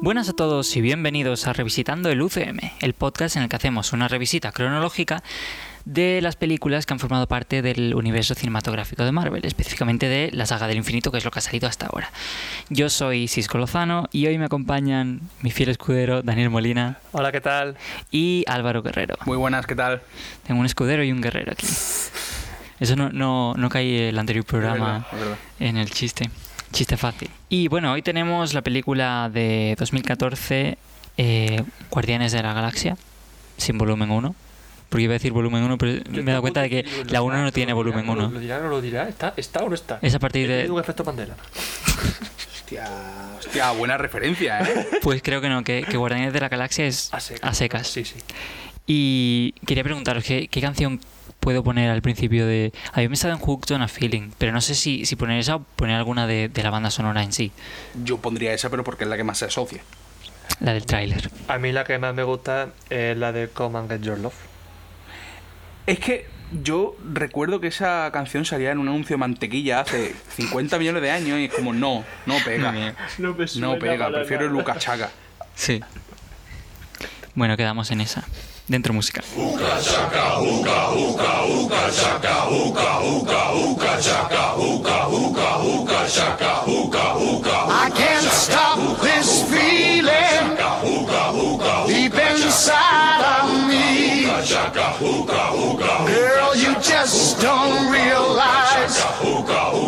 Buenas a todos y bienvenidos a Revisitando el UCM, el podcast en el que hacemos una revisita cronológica de las películas que han formado parte del universo cinematográfico de Marvel, específicamente de la saga del infinito, que es lo que ha salido hasta ahora. Yo soy Cisco Lozano y hoy me acompañan mi fiel escudero Daniel Molina Hola, ¿qué tal? y Álvaro Guerrero. Muy buenas, ¿qué tal? Tengo un escudero y un guerrero aquí. Eso no, no, no caí el anterior programa Es verdad, en el chiste. Chiste fácil. Y bueno, hoy tenemos la película de 2014, eh, Guardianes de la Galaxia, sin volumen 1. Porque iba a decir volumen 1, pero me he dado cuenta de que la 1 no tiene volumen 1. ¿Lo dirá o no lo dirá? ¿Está, está o no está? Es a partir He tenido un de... efecto Mandela. Hostia, hostia, buena referencia, ¿eh? Pues creo que no, que, que Guardianes de la Galaxia es A secas. a secas. Sí, sí. Y quería preguntaros, ¿qué, qué canción puedo poner al principio de... A mí me está en Hooked on a Feeling, pero no sé si, si poner esa o poner alguna de, de la banda sonora en sí, Yo pondría esa, pero porque es la que más se asocia. la del tráiler. A mí la que más me gusta es la de Come and Get Your Love. Es que yo recuerdo que esa canción salía en un anuncio de mantequilla hace 50 millones de años y es como, no, no pega. No me No pega, prefiero el Lucas Chaga. Sí. Bueno, quedamos en esa. Dentro música. I can't stop this feeling deep inside of me. Girl, you just don't realize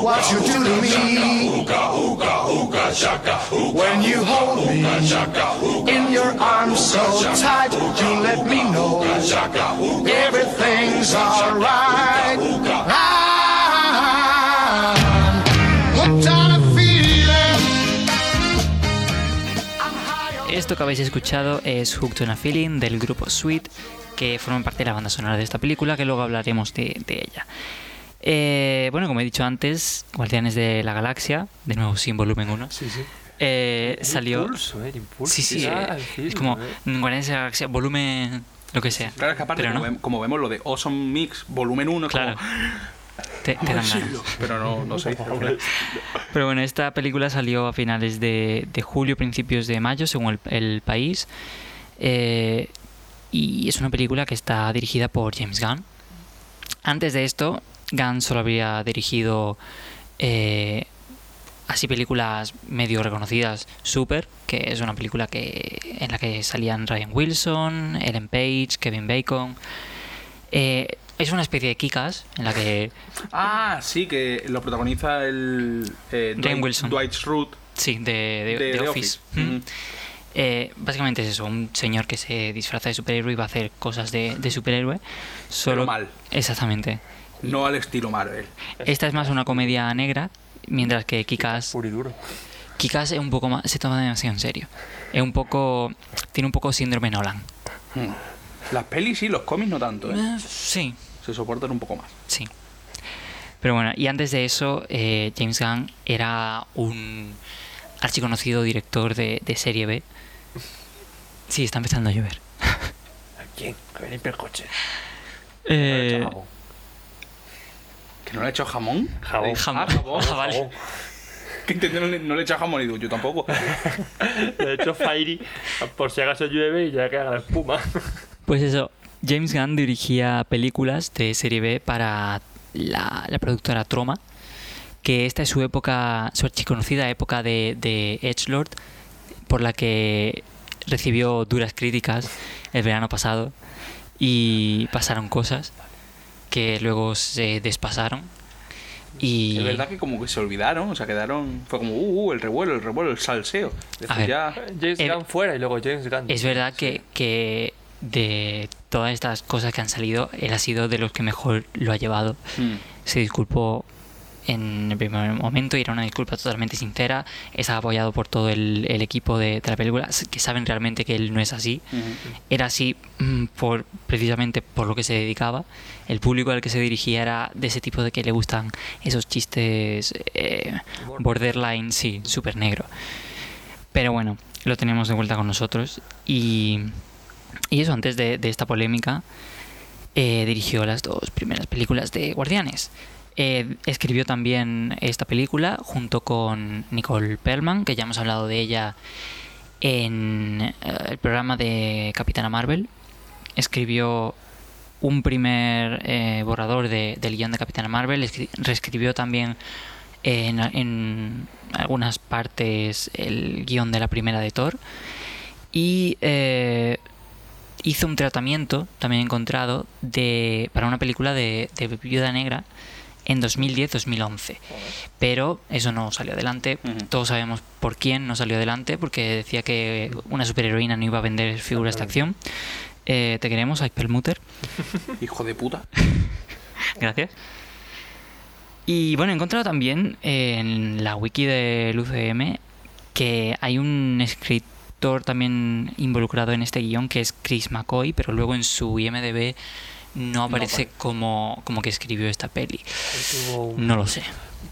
what you do to me. When you hold me in your arms so tight, you let me know everything's alright. I'm hooked on a feeling. Esto que habéis escuchado es Hooked on a Feeling del grupo Sweet, que forman parte de la banda sonora de esta película, que luego hablaremos de, de ella. Eh, bueno, como he dicho antes, Guardianes de la Galaxia, de nuevo sin volumen 1, Sí, sí. salió... Impulso, ¿eh? El Impulso. Sí, sí, Ah, eh, el es film, como ¿eh? Guardianes de la Galaxia, volumen... Lo que sea. Claro, es que aparte, Pero como, no, ve- como vemos lo de Awesome Mix, volumen 1, claro. Te, te dan ganas. pero no, no sé. Pero bueno, esta película salió a finales de, de julio, principios de mayo, según el, el país. Eh, y es una película que está dirigida por James Gunn. Antes de esto, Gunn solo había dirigido eh, así películas medio reconocidas, Super, que es una película que en la que salían Ryan Wilson, Ellen Page, Kevin Bacon. Eh, es una especie de Kikas en la que Ah, sí, que lo protagoniza el. eh, Rainn Dwight- Wilson. Dwight Schrute. Sí, de, de, De- de de Office. Office. Mm. Ujú. Eh, básicamente es eso, un señor que se disfraza de superhéroe y va a hacer cosas de, de superhéroe. Solo Pero mal. Exactamente. No al estilo Marvel. Esta es más una comedia negra, mientras que Kikas, Puro y duro. Kikas es un poco más, se toma demasiado en serio. Es un poco, tiene un poco síndrome Nolan. Mm. Las pelis sí, los cómics no tanto, ¿eh? Eh, sí, Se soportan un poco más. Sí. Pero bueno, y antes de eso, eh, James Gunn era un archiconocido director de, de serie B. Sí, está empezando a llover. ¿A quién? Que viene el coche. Eh, Jabón. ¿Que no le ha hecho jamón? Jabón. Jam- Ah, jabón. Ah, vale. Que entendí, no le, no le echa jamón y digo, yo tampoco. De hecho, Fairy, por si acaso llueve y ya que haga la espuma. Pues eso, James Gunn dirigía películas de serie B para la, la productora Troma, que esta es su época, su archiconocida época de, de Edgelord, por la que recibió duras críticas el verano pasado y pasaron cosas que luego se despasaron. Y Es verdad que como que se olvidaron, o sea, quedaron. Fue como, uh, uh, el revuelo, el revuelo, el salseo. A Después ver. ya. James El- Gunn fuera y luego James Gunn. Eh, Es verdad que, que de todas estas cosas que han salido, él ha sido de los que mejor lo ha llevado. mm, se disculpó en el primer momento y era una disculpa totalmente sincera. Estaba apoyado por todo el, el equipo de, de la película, s- que saben realmente que él no es así. mm. Era así mm, por precisamente por lo que se dedicaba. El público al que se dirigía era de ese tipo de que le gustan esos chistes eh, borderline, sí, súper negro. Pero bueno, lo tenemos de vuelta con nosotros. Y, y eso, antes de, de esta polémica, eh, dirigió las dos primeras películas de Guardianes. Eh, escribió también esta película junto con Nicole Perlman, que ya hemos hablado de ella en eh, el programa de Capitana Marvel. Escribió un primer eh, borrador de- del guión de Capitana Marvel. escri- reescribió también en, en algunas partes el guión de la primera de Thor. Y eh, hizo un tratamiento, también encontrado, de, para una película de, de Viuda Negra en 2010-2011. Pero eso no salió adelante. Ujú. Todos sabemos por quién no salió adelante, porque decía que una superheroína no iba a vender figuras de acción. Eh, te queremos, Mutter. Hijo de puta. Gracias. Y bueno, he encontrado también en la wiki del UCM que hay un escritor también involucrado en este guión que es Chris McCoy, pero luego en su IMDB no aparece como, como que escribió esta peli. Tuvo un No lo sé.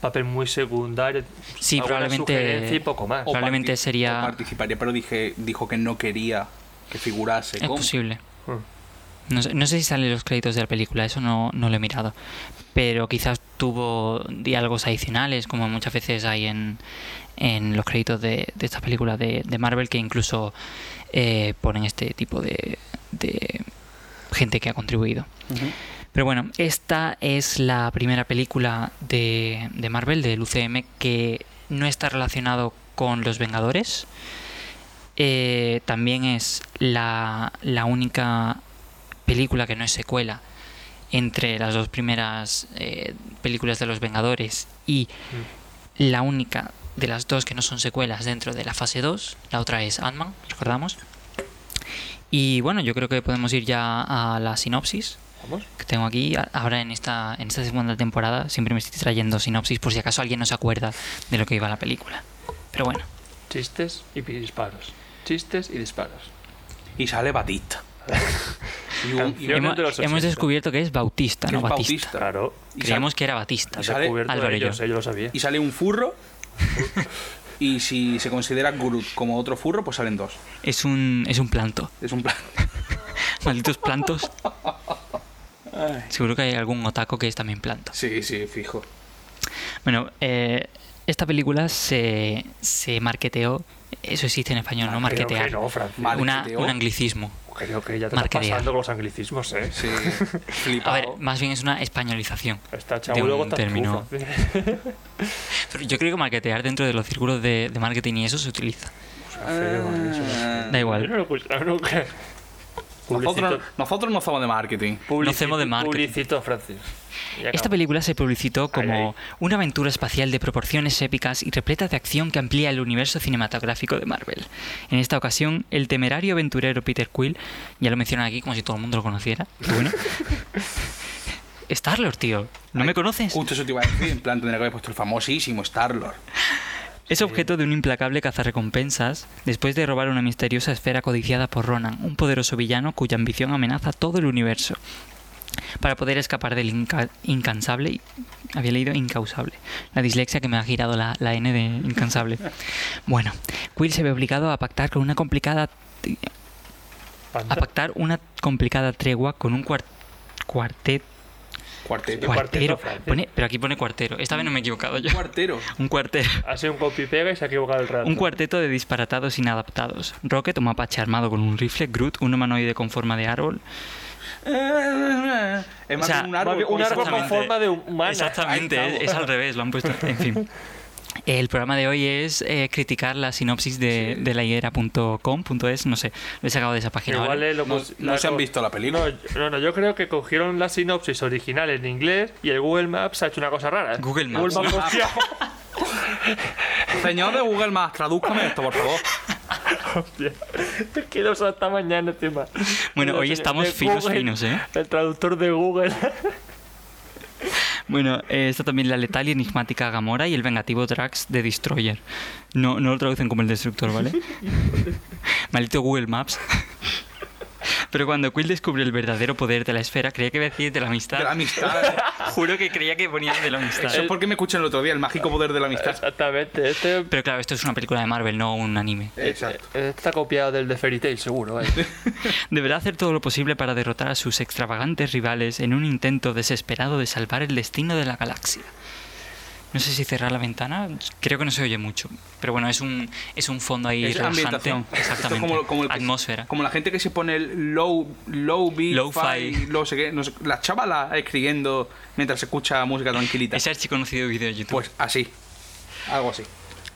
papel muy secundario. Sí, alguna probablemente- sugerencia y poco más. O- Probablemente parti- sería- o participaría, pero dije, dijo que no quería que figurase. Es como. posible. Mm. No sé, no sé si salen los créditos de la película, eso no, no lo he mirado. Pero quizás tuvo diálogos adicionales, como muchas veces hay en, en los créditos de, de estas películas de, de Marvel, que incluso eh, ponen este tipo de, de gente que ha contribuido. Ujú. Pero bueno, esta es la primera película de, de Marvel, del UCM, que no está relacionado con los Vengadores. Eh, también es la, la única película que no es secuela entre las dos primeras eh, películas de los Vengadores y la única de las dos que no son secuelas dentro de la fase 2. La otra es Ant-Man, recordamos. Y bueno, yo creo que podemos ir ya a la sinopsis Vamos. que tengo aquí a- ahora en esta, en esta segunda temporada. Siempre me estoy trayendo sinopsis por si acaso alguien no se acuerda de lo que iba la película. Pero bueno, Chistes y disparos. Chistes y disparos. Y sale Batista. y un- y Yo hemo- creo que de hemos, los 80. descubierto que es Bautista, Que no es Batista. Bautista. Claro. y Creíamos sale- que era Batista. y Lo he sale- descubierto Álvaro y yo. ellos, eh, yo lo sabía. y sale un furro. y si se considera Groot como otro furro, pues salen dos. Es un, es un planto. Es un plan. Malditos plantos. Ay. Seguro que hay algún otaco que es también planto. Sí, sí, fijo. Bueno, eh, esta película se, se marqueteó. Eso existe en español, Ah, ¿no? Creo que Marquetear. no, Francis. Mar- Una- marqueteo. un anglicismo. Creo que ya te Marquetear. estás pasando con los anglicismos, eh. Sí, A ver, flipado. más bien es una españolización. Está De chavo un luego está término. chufa. Pero yo creo que marquetear dentro de los círculos de, de marketing y eso se utiliza. Ah. Da Yo no igual. lo he escuchado nunca. Nosotros, Publicito- nosotros no somos de marketing. publicito- hacemos de marketing. Publicito, Francis. Y Esta acabo. película se publicitó como Ay, una aventura espacial de proporciones épicas y repleta de acción que amplía el universo cinematográfico de Marvel. En esta ocasión, el temerario aventurero Peter Quill, ya lo mencionan aquí como si todo el mundo lo conociera, pero bueno. Star-Lord, tío. ¿No me conoces? Justo eso te iba a decir. En plan, tendría que haber puesto el famosísimo Star-Lord. Es objeto de un implacable cazarrecompensas después de robar una misteriosa esfera codiciada por Ronan, un poderoso villano cuya ambición amenaza todo el universo. Para poder escapar del inca- incansable, y- había leído incausable, la dislexia que me ha girado la, la N de incansable. Bueno, Quill se ve obligado a pactar con una complicada a Panda. pactar una complicada tregua con un cuar- cuartet- Cuarteto. Cuar- cuartero. francés. Pone- pero aquí pone cuartero. Esta vez no me he equivocado yo. Cuartero. Un cuartero. Ha sido un copy pega y se ha equivocado el rato. Un cuarteto de disparatados inadaptados. Rocket, un mapache armado con un rifle. Groot, un humanoide con forma de árbol. Eh, Es más O sea, bien un Más árbol. bien, un árbol con Exactamente. forma de humana. Exactamente, Ahí es, estamos. es al revés, lo han puesto. En fin. El programa de hoy es eh, criticar la sinopsis de, de la higuera.com.es. No sé, lo he sacado de esa página. Igual ¿vale? es lo No- pos- no se han visto la película. No, no, no, yo creo que cogieron la sinopsis original en inglés y el Google Maps ha hecho una cosa rara. Google Maps. hostia. Señor de Google Maps, tradúzcame esto, por favor. Es que no sé hasta mañana encima. Bueno, Mira, hoy de- estamos de finos, Google, finos, ¿eh? El traductor de Google. Bueno, eh, está también la letal y enigmática Gamora y el vengativo Drax de Destroyer. No, no lo traducen como el destructor, ¿vale? Maldito Google Maps. Pero cuando Quill descubre el verdadero poder de la esfera, creía que iba a decir de la amistad. De la amistad. Juro que creía que ponía de la amistad. Eso es porque me escuché el otro día, el mágico poder de la amistad. Exactamente. Este, Pero claro, esto es una película de Marvel, no un anime. Exacto. este está copiado del de Fairy Tail, seguro. eh, vaya. Deberá hacer todo lo posible para derrotar a sus extravagantes rivales en un intento desesperado de salvar el destino de la galaxia. No sé si cerrar la ventana, creo que no se oye mucho. Pero bueno, es un, es un fondo ahí Es relajante. ambientación. Esto Exactamente. es como, como el que- Atmósfera. Como la gente que se pone el low, low beat, Low fi, fi. no sé qué, no sé- las chavalas escribiendo mientras se escucha música tranquilita. Ese archiconocido video de YouTube. Pues así. Algo así.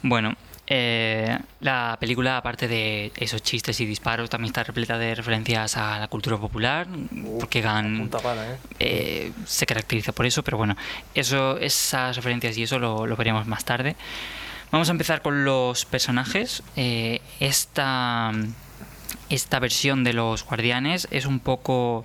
Bueno, eh, la película, aparte de esos chistes y disparos, también está repleta de referencias a la cultura popular, porque Gan Punta pala, ¿eh? eh, se caracteriza por eso, pero bueno, eso, esas referencias y eso lo, lo veremos más tarde. Vamos a empezar con los personajes. Eh, esta, esta versión de los guardianes es un poco...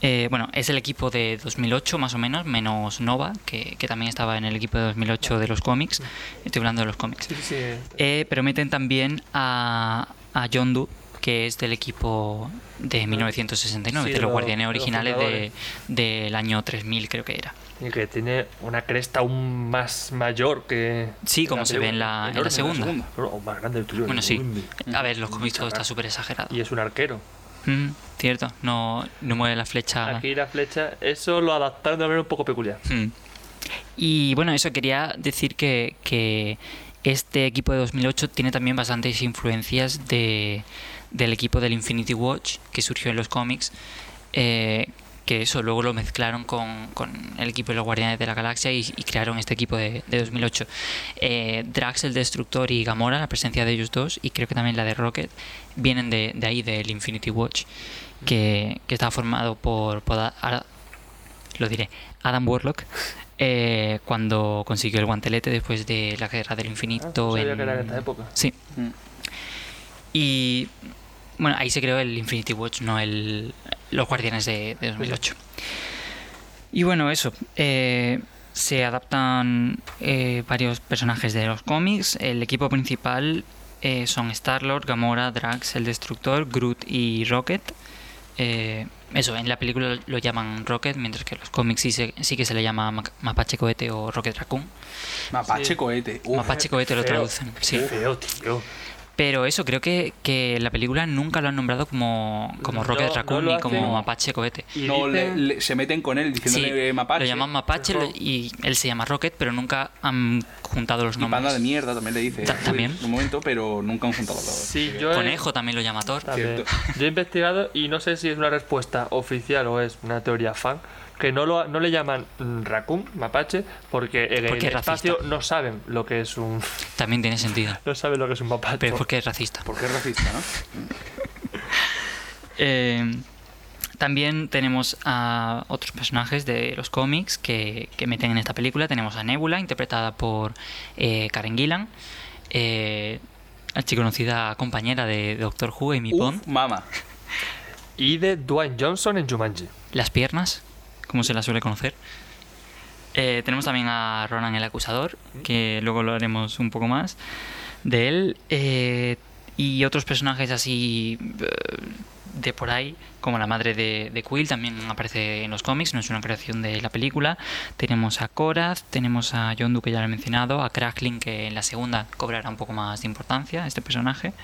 eh, bueno, es el equipo de 2008 más o menos, menos Nova, que, que también estaba en el equipo de 2008 de los cómics. Estoy hablando de los cómics. Sí, sí, sí. Eh, pero meten también a, a John Doe, que es del equipo de 1969, Sí, de los lo- guardianes de los originales de- del año 3000, creo que era. Y que tiene una cresta aún más mayor que. Sí, que como se ve en la- en la Enorme, segunda. O más grande el tuyo. Bueno, sí. enorme. A ver, los cómics todo está súper exagerado. Y es un arquero. Mm, cierto, no, no mueve la flecha. Aquí la flecha, eso lo adaptaron de una manera un poco peculiar. Mm. Y bueno, eso quería decir que, que este equipo de 2008 tiene también bastantes influencias de, del equipo del Infinity Watch que surgió en los cómics. eh, que eso luego lo mezclaron con, con el equipo de los Guardianes de la Galaxia y, y crearon este equipo de, de 2008. Eh, Drax el Destructor y Gamora, la presencia de ellos dos, y creo que también la de Rocket, vienen de, de ahí, del Infinity Watch, que, que está formado por, por a- a- lo diré, Adam Warlock, eh, cuando consiguió el guantelete después de la Guerra del Infinito. Ah, sabía en- que era de esta época. Sí. Mm. Y bueno, ahí se creó el Infinity Watch, no el los Guardianes de, de 2008. Y bueno, eso. eh, se adaptan eh, varios personajes de los cómics. El equipo principal eh, son Star-Lord, Gamora, Drax, el Destructor, Groot y Rocket. Eh, eso, en la película lo llaman Rocket, mientras que en los cómics sí, se- sí que se le llama Ma- Mapache Cohete o Rocket Raccoon. Mapache cohete. Uf. Mapache Cohete lo Feo. traducen. Sí. Qué feo, tío. Pero eso, creo que, que la película nunca lo han nombrado como, como No, Rocket no Raccoon lo ni como hacen. Mapache Cohete. Y No, le- dicen- le- se meten con él Sí, diciéndole mapache. lo llaman Mapache Ujú. lo- y él se llama Rocket, pero nunca han juntado los Y panda de nombres. mierda también le dice. Ta- Uy, también. Un momento, pero nunca han juntado los dos. Sí, yo he- Conejo también lo llama Thor. también. Cierto. Yo he investigado y no sé si es una respuesta oficial o es una teoría fan. Que no, lo, no le llaman mm, raccoon, mapache, porque en Porque es el racista. espacio no saben lo que es un. También tiene sentido. No saben lo que es un mapache. Pero es porque es racista. Porque es racista, ¿no? Eh, también tenemos a otros personajes de los cómics que, que meten en esta película. Tenemos a Nebula, interpretada por eh, Karen Gillan, eh, archiconocida compañera de Doctor Who, Amy Pond. Uf, mama. Y de Dwayne Johnson en Jumanji. las piernas, como se las suele conocer. Eh, tenemos también a Ronan el acusador, que luego lo haremos un poco más de él. eh, y otros personajes así eh, de por ahí, como la madre de, de Quill, también aparece en los cómics, no es una creación de la película. Tenemos a Korath, tenemos a John Doe, que ya lo he mencionado, a Cracklin, que en la segunda cobrará un poco más de importancia este personaje.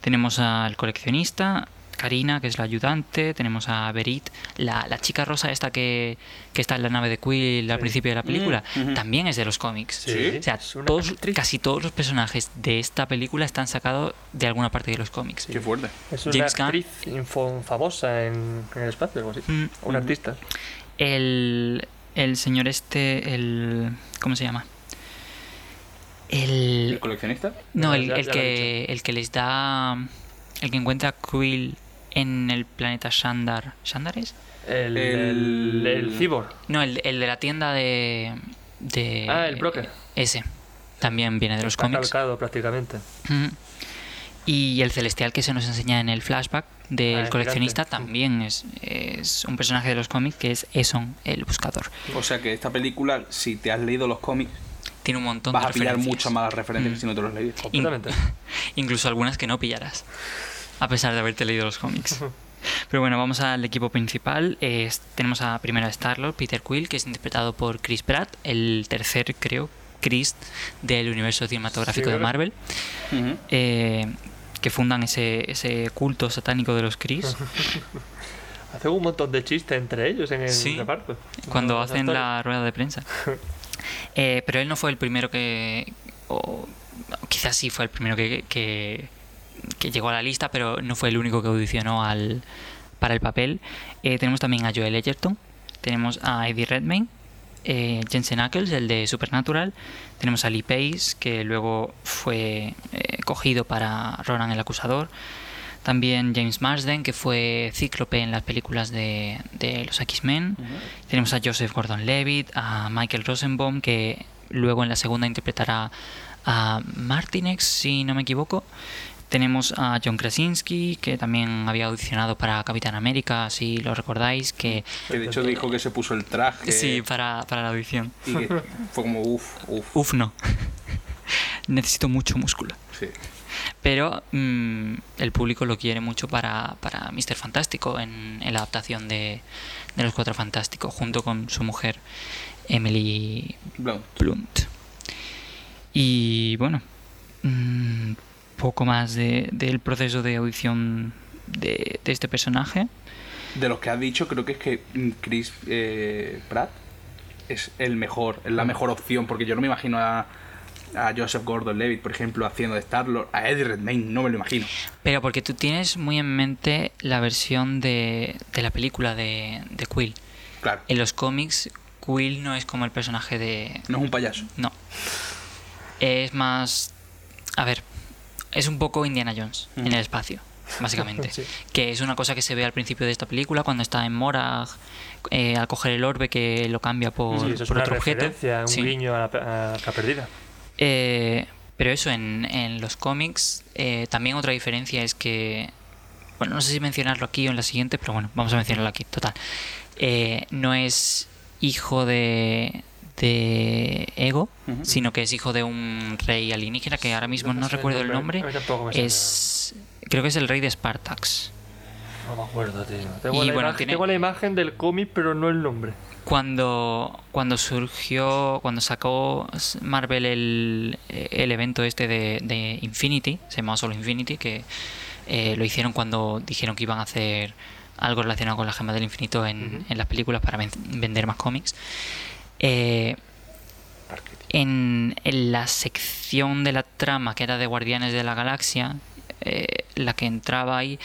Tenemos al coleccionista, Karina, que es la ayudante, tenemos a Berit, la, la chica rosa esta que, que está en la nave de Quill al principio de la película, también es de los cómics. Mm, Sí. O sea, Es una todos- actriz. casi todos los personajes de esta película están sacados de alguna parte de los cómics. Qué fuerte. Es una James Gunn. actriz info- famosa en, en el espacio, algo así. Mm. Un artista. El, el señor este, el... ¿Cómo se llama? El... ¿El coleccionista? No, Ya- el, ya- el ya lo he que, el que les da... El que encuentra a Quill en el planeta Shandar. ¿Shandar es? El, El- el, el cyborg. No, el, el de la tienda de, de- Ah, el broker. Ese. También viene de los Está cómics. calcado prácticamente. Ujú. Y el celestial que se nos enseña en el flashback Ah, del el coleccionista gigante. también es, es un personaje de los cómics que es Eson, el buscador. O sea que esta película, si te has leído los cómics, Tiene un montón vas de a pillar referencias. Mm. muchas malas referencias que si no te los leíste. Inc- Completamente. Incluso algunas que no pillarás, a pesar de haberte leído los cómics. Pero bueno, vamos al equipo principal. Eh, es- tenemos a primero a Star-Lord, Peter Quill, que es interpretado por Chris Pratt, el tercer, creo, Chris del universo cinematográfico Sí, de creo que- Marvel, Ujú. eh, que fundan ese, ese culto satánico de los Chris. Hacen un montón de chistes entre ellos en el Sí. reparto. cuando Los hacen actores. la rueda de prensa. Eh, pero él no fue el primero que. O, quizás sí fue el primero que, que, que llegó a la lista, pero no fue el único que audicionó al, para el papel. Eh, tenemos también a Joel Edgerton, tenemos a Eddie Redmayne, eh, Jensen Ackles, el de Supernatural, tenemos a Lee Pace, que luego fue eh, cogido para Ronan el Acusador, también James Marsden, que fue cíclope en las películas de, de los X-Men, tenemos a Joseph Gordon-Levitt, a Michael Rosenbaum, que luego en la segunda interpretará a Martinex, si no me equivoco, tenemos a John Krasinski, que también había audicionado para Capitán América, si lo recordáis, que... Que de hecho dijo que se puso el traje. Sí, para, para la audición. Y que fue como uff, uff. Uf, no. Necesito mucho músculo. Sí. Pero mm, el público lo quiere mucho para, para Mr. Fantástico en, en la adaptación de, de Los Cuatro Fantásticos, junto con su mujer Emily Blunt. Blunt. Y bueno, mm, poco más de- del proceso de audición de, de este personaje. De los que has dicho, creo que es que mm, Chris eh, Pratt es el mejor, es la mejor opción, porque yo no me imagino a, a Joseph Gordon-Levitt, por ejemplo, haciendo de Star-Lord, a Eddie Redmayne, no me lo imagino. Pero porque tú tienes muy en mente la versión de, de la película de, de Quill. Claro, En los cómics, Quill no es como el personaje de... no es un payaso. No. Es más... A ver, es un poco Indiana Jones en el espacio, básicamente. Mm. Sí. Que es una cosa que se ve al principio de esta película, cuando está en Morag, eh, al coger el orbe que lo cambia por, Sí, eso es por una otro objeto. referencia, un Sí. guiño a la, pe- a la perdida. Eh, pero eso, en, en los cómics, eh, también otra diferencia es que. Bueno, no sé si mencionarlo aquí o en la siguiente, pero bueno, vamos a mencionarlo aquí, total. Eh, no es hijo de. de Ego, Ujú. sino que es hijo de un rey alienígena que ahora mismo no no sé el recuerdo el nombre, nombre. a mí tampoco me suena. Es. Creo que es el rey de Spartax. No me acuerdo, tío. Tengo, Y la, bueno, imagen, tiene- tengo la imagen del cómic, pero no el nombre. cuando, cuando surgió, cuando sacó s- Marvel el, el evento este de, de Infinity, se llamaba solo Infinity, que eh, lo hicieron cuando dijeron que iban a hacer algo relacionado con la gema del infinito en, en las películas para ven- vender más cómics. Eh, en, en la sección de la trama que era de Guardianes de la Galaxia, eh, la que entraba ahí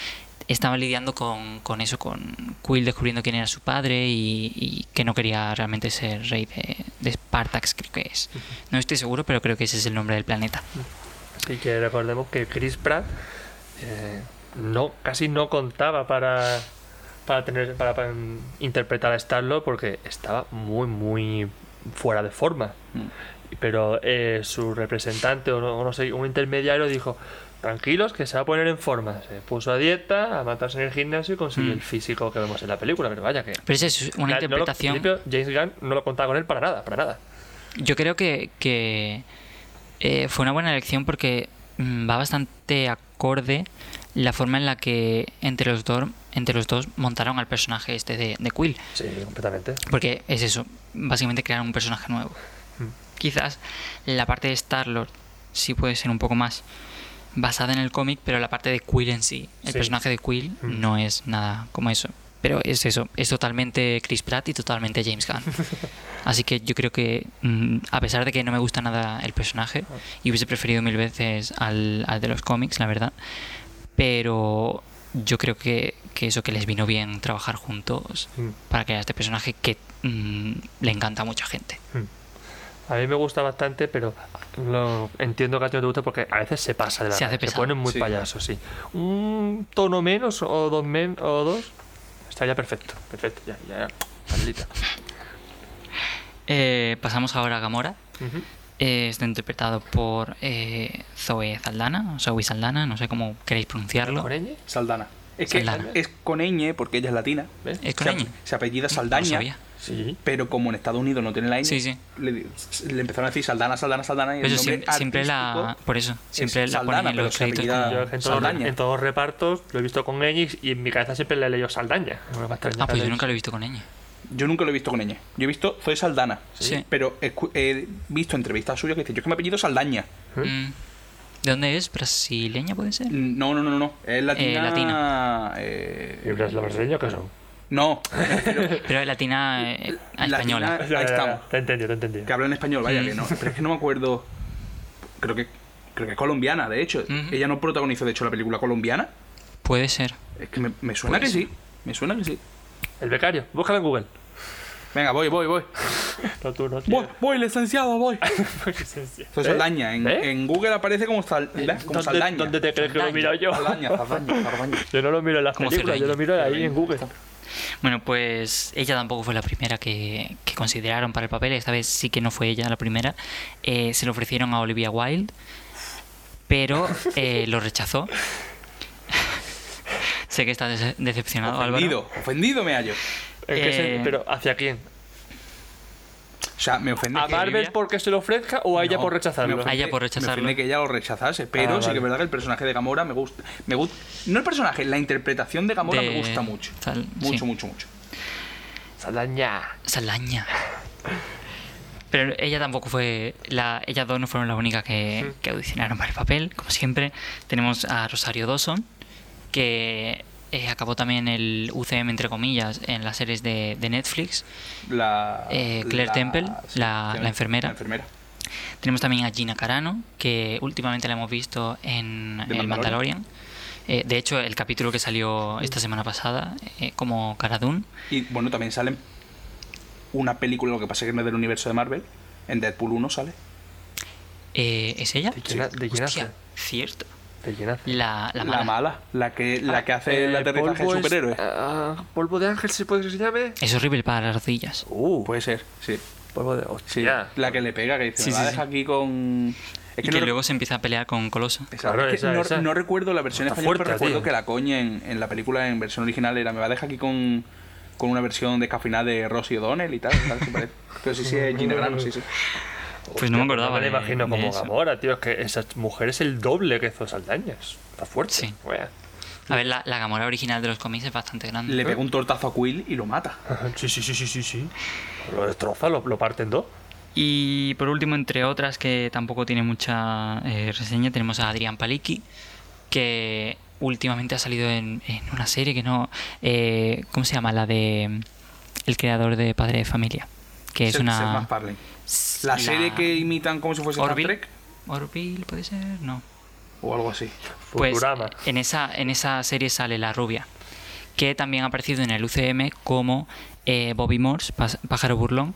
estaba lidiando con, con eso, con Quill descubriendo quién era su padre y, y que no quería realmente ser rey de, de Spartax, creo que es. No estoy seguro, pero creo que ese es el nombre del planeta. Y que recordemos que Chris Pratt eh, no, casi no contaba para, para, tener, para, para, mm, interpretar a Star-Lord porque estaba muy, muy fuera de forma. Mm. Pero eh, su representante o no, o no sé, un intermediario dijo, tranquilos que se va a poner en forma. Se puso a dieta, a matarse en el gimnasio y Mm. consiguió el físico que vemos en la película. Pero vaya que... Pero esa es una la- no lo- interpretación... en principio, James Gunn no lo contaba con él para nada, para nada. Yo creo que, que, eh, fue una buena elección porque mm, va bastante acorde la forma en la que entre los, dos entre los dos montaron al personaje este de, de Quill. Sí, completamente. Porque es eso, básicamente crear un personaje nuevo. Mm. Quizás la parte de Star-Lord sí puede ser un poco más basada en el cómic, pero la parte de Quill en sí, el Sí. personaje de Quill, Mm. no es nada como eso. Pero es eso, es totalmente Chris Pratt y totalmente James Gunn. Así que yo creo que, mm, a pesar de que no me gusta nada el personaje, Ah. y hubiese preferido mil veces al, al de los cómics, la verdad, pero yo creo que, que eso que les vino bien trabajar juntos Mm. para crear este personaje que mm, le encanta a mucha gente. A mí me gusta bastante, pero lo entiendo que a ti no te gusta porque a veces se pasa de la Se hace pesado. ponen muy Sí. payasos, sí. Un tono menos o dos men o dos estaría perfecto, perfecto, ya, ya, maldita. Eh, pasamos ahora a Gamora. Ujú. Eh, está interpretado por eh, Zoe Saldana, o Zoe Saldana, no sé cómo queréis pronunciarlo. ¿Con ñ? Saldana. Es que Saldana. es con ñ porque ella es latina. ¿Ves? ¿Es Se con ape- ñ? Se apellida No lo Saldaña. sabía. Sí. pero como en Estados Unidos no tiene la ñ, Sí, sí. Le, di- le empezaron a decir Saldana, Saldana, Saldana. Y Pero el siem- nombre siempre, la. artístico Por eso, siempre la Saldana, ponen en pero los se créditos. apellida- como- Ah, Yo en todos, Saldaña. en todos los repartos lo he visto con ñ y en mi cabeza siempre le he leído Saldaña. No me va a extrañar Ah, pues que yo le- nunca lo he visto con ñ. Yo nunca lo he visto con ñ. Yo he visto Zoe Saldana. Sí. Pero he, escu- he visto entrevistas suyas que dicen, yo es que me apellido Saldaña. ¿Eh? Mm. ¿De dónde es? ¿Brasileña puede ser? No, no, no, no. no. Es latina. Eh, latina. eh, ¿Y los brasileños qué son? No, Pero latina eh, a española. Latina- Ahí estamos. Te he entendido, te he entendido. que habla en español, vaya que no. Pero es que no me acuerdo. Creo que creo que es colombiana, de hecho. Ujú. Ella no protagonizó, de hecho, la película colombiana. Puede ser. Es que me, me suena Pues- que sí. Me suena que sí. El becario, búscalo en Google. Venga, voy, voy, voy. No, tú no, tío. Voy, voy, licenciado, voy. Soy ¿Eh? Saldaña. En, ¿Eh? en Google aparece como, sal, Pues como ¿Dónde, Saldaña. dónde te crees que lo he mirado yo? Saldaña, Saldaña, Saldaña. Yo no lo miro en las Como películas, yo Cerdeña. lo miro ahí en Google. Bueno, pues ella tampoco fue la primera que, que consideraron para el papel. Esta vez sí que no fue ella la primera. Eh, se lo ofrecieron a Olivia Wilde, pero eh, lo rechazó. sé que estás dece- decepcionado, Ofendido, Ah, Álvaro. ofendido me hallo. ¿En qué sen- Eh, ¿Pero hacia quién? O sea, me ofende ¿A que Marvel Olivia? porque se lo ofrezca o a ella No, por me rechazarlo? ofende- A ella Ah, por rechazarlo. Me ofende que ella lo rechazase, pero Ah, sí que vale. es verdad que el personaje de Gamora me gusta. Me gusta no el personaje, la interpretación de Gamora De- me gusta mucho. Sal- mucho, sí. mucho, mucho. Saldaña. Salaña. Pero ella tampoco fue. La, ellas dos no fueron las únicas que, que audicionaron para el papel. Como siempre, tenemos a Rosario Dawson, que eh, acabó también el UCM, entre comillas, en las series de, de Netflix. La, Eh, Claire la- Temple, sí, la- la enfermera. La enfermera. Tenemos también a Gina Carano, que últimamente la hemos visto en De El Mandalorian. Mandalorian. Eh, de hecho, el capítulo que salió esta semana pasada, eh, como Cara Dune, Y bueno, también sale una película, lo que pasa es que no es del universo de Marvel. En Deadpool 1 sale. eh, ¿es ella? ¿De quién ha- de quién Hostia, hace? cierto. ¿Te llenas? Eh, La, la La mala. mala. la que, la que hace el aterrizaje de superhéroe. ah, polvo de ángel, si puedes que se llame. Es horrible para las rodillas. Uh, Puede ser, sí. polvo de. sí. Hostia. La que le pega, que dice, Sí, me sí, la sí. deja aquí con. Es y que no- luego se empieza a pelear con Coloso. Exacto, Claro, es que esa- no, esa. no recuerdo la versión Está española, fuerte, pero recuerdo tío. que la coña en, en la película en versión original era me va a dejar aquí con, con una versión descafeinada de Rosie O'Donnell y tal. tal, se parece. Pero sí, sí, es Gina Grano, sí, sí. Pues no me acordaba. me de- la imagino de como eso. Gamora, tío. Es que esa mujer es el doble que Zoe Saldaña. Está fuerte. Sí. Wea. A ver, la, la Gamora original de los cómics es bastante grande. Le pega un tortazo a Quill y lo mata. Sí, sí, sí, sí, sí, sí. Lo destroza, lo, lo parte en dos. Y por último, entre otras que tampoco tiene mucha eh, reseña, tenemos a Adrián Palicki, que últimamente ha salido en, en una serie que no. eh, ¿Cómo se llama? La de. mm, El creador de Padre de Familia. Que es Seth- Seth una. MacFarlane. La serie que imitan como si fuese Star Orville. Trek Orville, puede ser. No. o algo así. Pues Futurama. en esa, en esa serie sale la rubia, que también ha aparecido en el UCM como eh, Bobby Morse, pas- pájaro burlón,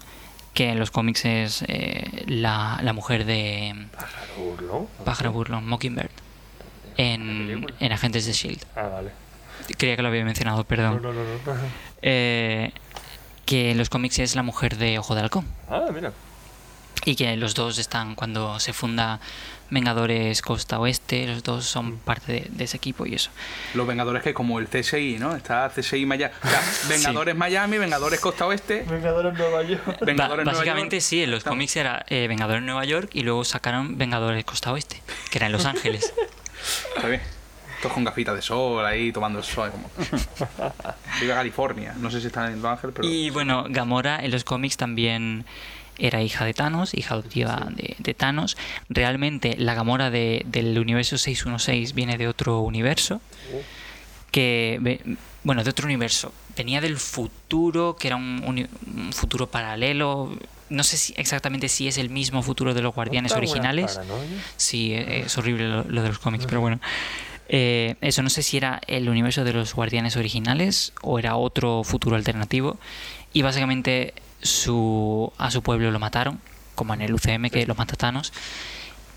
que en los cómics es eh, la, la mujer de Pájaro burlón. pájaro burlón, Mockingbird, en, en Agentes de Shield. Ah, vale. E Creía que lo había mencionado, No, perdón. no, no, no. Eh, que en los cómics es la mujer de Ojo de Halcón. Ah, mira. Y que los dos están cuando se funda Vengadores Costa Oeste, los dos Mm. son parte de- de ese equipo y eso. Los Vengadores que es como el CSI, ¿no? Está CSI Miami. O sea, Vengadores Miami, Vengadores Costa Oeste, Vengadores Nueva York. Ba- Vengadores Nueva básicamente York. sí, en los cómics era eh, Vengadores en Nueva York y luego sacaron Vengadores Costa Oeste, que era en Los Ángeles. Está bien. Todos con gafitas de sol ahí tomando el sol. Como... Viva California. No sé si están en Los Ángeles, pero. Y bueno, Gamora en los cómics también era hija de Thanos, hija adoptiva de, de Thanos. Realmente la Gamora de- del universo 616 viene de otro universo, Oh. que, ve- bueno, de otro universo. Venía del futuro, que era un, uni- un futuro paralelo. No sé si exactamente si es el mismo futuro de los Guardianes originales. Sí, eh, es horrible lo, lo de los cómics, pero bueno. Eh, eso no sé si era el universo de los guardianes originales o era otro futuro alternativo. Y básicamente su, a su pueblo lo mataron, como en el UCM que lo mata Thanos.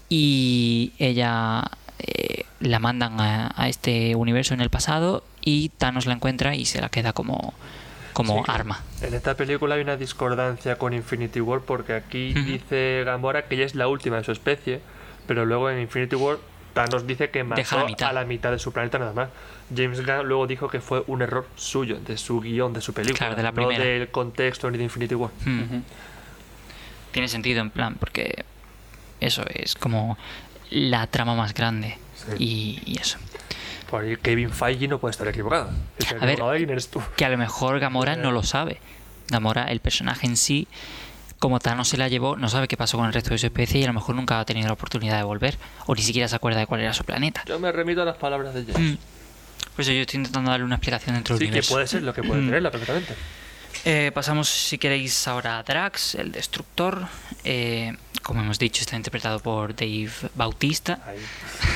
Y ella eh, la mandan a, a este universo en el pasado y Thanos la encuentra y se la queda como, como arma. En esta película hay una discordancia con Infinity War porque aquí Ujú. dice Gamora que ella es la última de su especie, pero luego en Infinity War Thanos dice que mató Deja la mitad. a la mitad de su planeta nada más. James Gunn luego dijo que fue un error suyo, de su guión, de su película, Claro, de la no primera. del contexto ni de Infinity War. Hmm. Tiene sentido en plan, porque eso es como la trama más grande. Y, y eso. Por ahí Kevin Feige no puede estar equivocado. El que A ver, equivocado alguien eres tú. Que a lo mejor Gamora no lo sabe. Gamora, el personaje en sí, como Thanos se la llevó, no sabe qué pasó con el resto de su especie y a lo mejor nunca ha tenido la oportunidad de volver. O ni siquiera se acuerda de cuál era su planeta. Yo me remito a las palabras de James. Mm. Pues yo estoy intentando darle una explicación dentro del Sí, que universo. puede ser lo que puede tenerla perfectamente. Eh, pasamos, si queréis, ahora a Drax, el Destructor. Eh, como hemos dicho, está interpretado por Dave Bautista. Ahí.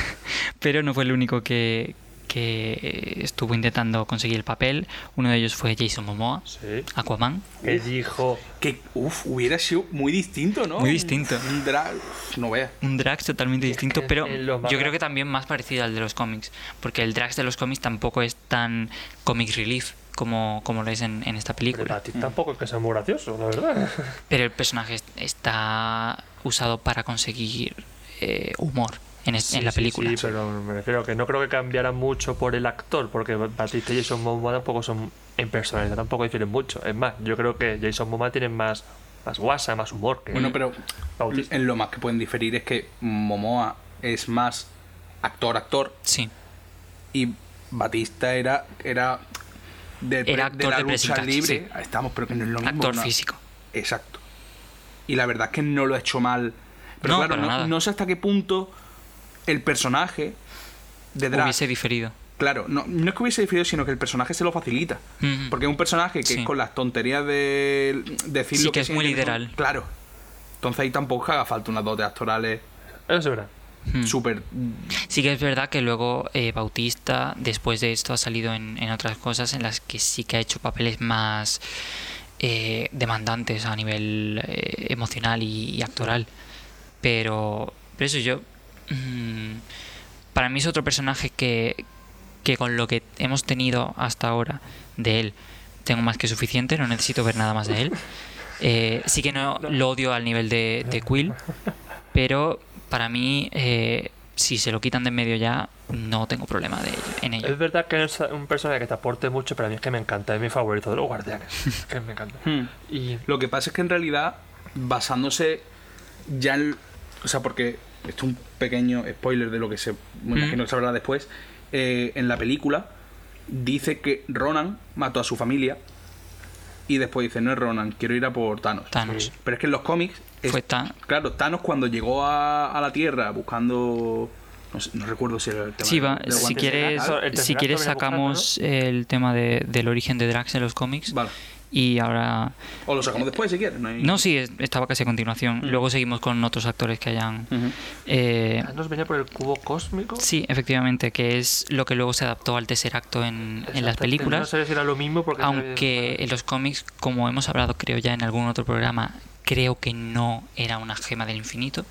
pero no fue el único que, que eh, estuvo intentando conseguir el papel. Uno de ellos fue Jason Momoa, Sí. Aquaman. Que dijo. Que, uff, hubiera sido muy distinto, ¿no? Muy distinto. Un drag. No veas. Un Drax totalmente distinto, que pero en los yo creo mangas- que también más parecido al de los cómics, porque el Drax de los cómics tampoco es tan comic relief como, como lo es en, en esta "Hombre, película. para ti tampoco es que sea muy gracioso, la verdad. Pero el personaje es- está usado para conseguir eh, humor en, es- en la Sí, sí, película. Sí, pero me refiero que no creo que cambiara mucho por el actor, porque Batista y Jason Momoa tampoco son en personalidad, tampoco difieren mucho. Es más, yo creo que Jason Momoa tiene más, más guasa, más humor que. Mm. Bueno, pero Bautista. en lo más que pueden diferir es que Momoa es más actor-actor Sí. y Batista era era de, pre- Era de actor la de lucha presentarse, libre. sí. Ahí Estamos, pero que no es lo mismo. actor ¿no? físico. Exacto. Y la verdad es que no lo ha hecho mal. Pero No, claro, para no, nada. no sé hasta qué punto el personaje de Drax. Hubiese diferido. Claro, no, no es que hubiese diferido, sino que el personaje se lo facilita. Ujú. Porque es un personaje que Mm-hmm. Sí. con las tonterías de decir Sí, lo que es muy siente, literal. son- Claro. Entonces ahí tampoco haga falta unas dotes actorales Eso es verdad. Mm. súper. Sí que es verdad que luego eh, Bautista, después de esto, ha salido en, en otras cosas en las que sí que ha hecho papeles más eh, demandantes a nivel eh, emocional y, y actoral. Pero, pero eso yo... mm, para mí es otro personaje que, que con lo que hemos tenido hasta ahora de él tengo más que suficiente, no necesito ver nada más de él. Eh, sí que no lo odio al nivel de, de Quill, pero para mí, eh, si se lo quitan de en medio ya, no tengo problema de, en ello. Es verdad que es un personaje que te aporte mucho, pero a mí es que me encanta, es mi favorito de los guardianes. Es que me encanta. Mm. Hmm. Y Lo que pasa es que en realidad, basándose ya en. O sea, porque esto es un pequeño spoiler de lo que se. Me imagino que se hablará después. eh, en la película dice que Ronan mató a su familia. Y después dice, no es Ronan, quiero ir a por Thanos. Thanos. Pero es que en los cómics. es- Fue tan... Claro, Thanos cuando llegó a, a la Tierra buscando. No, sé- no recuerdo si era el tema Sí, del- va, del si guante quieres, de Thanos. el tercer si acto quieres viene buscando, sacamos el tema de- del origen de Drax en los cómics. Vale. Y ahora... O lo sacamos después si quieres. No, hay- Eh, No, sí, es- estaba casi a Mm. continuación. Luego seguimos con otros actores que hayan... Ujú. eh, nos venía por el cubo cósmico. Sí, efectivamente, que es lo que luego se adaptó al tercer acto en, en las Exacto, este, No películas. sé si era lo mismo porque. Aunque en los cómics, como hemos hablado creo ya en algún otro programa, creo que no era una gema del infinito.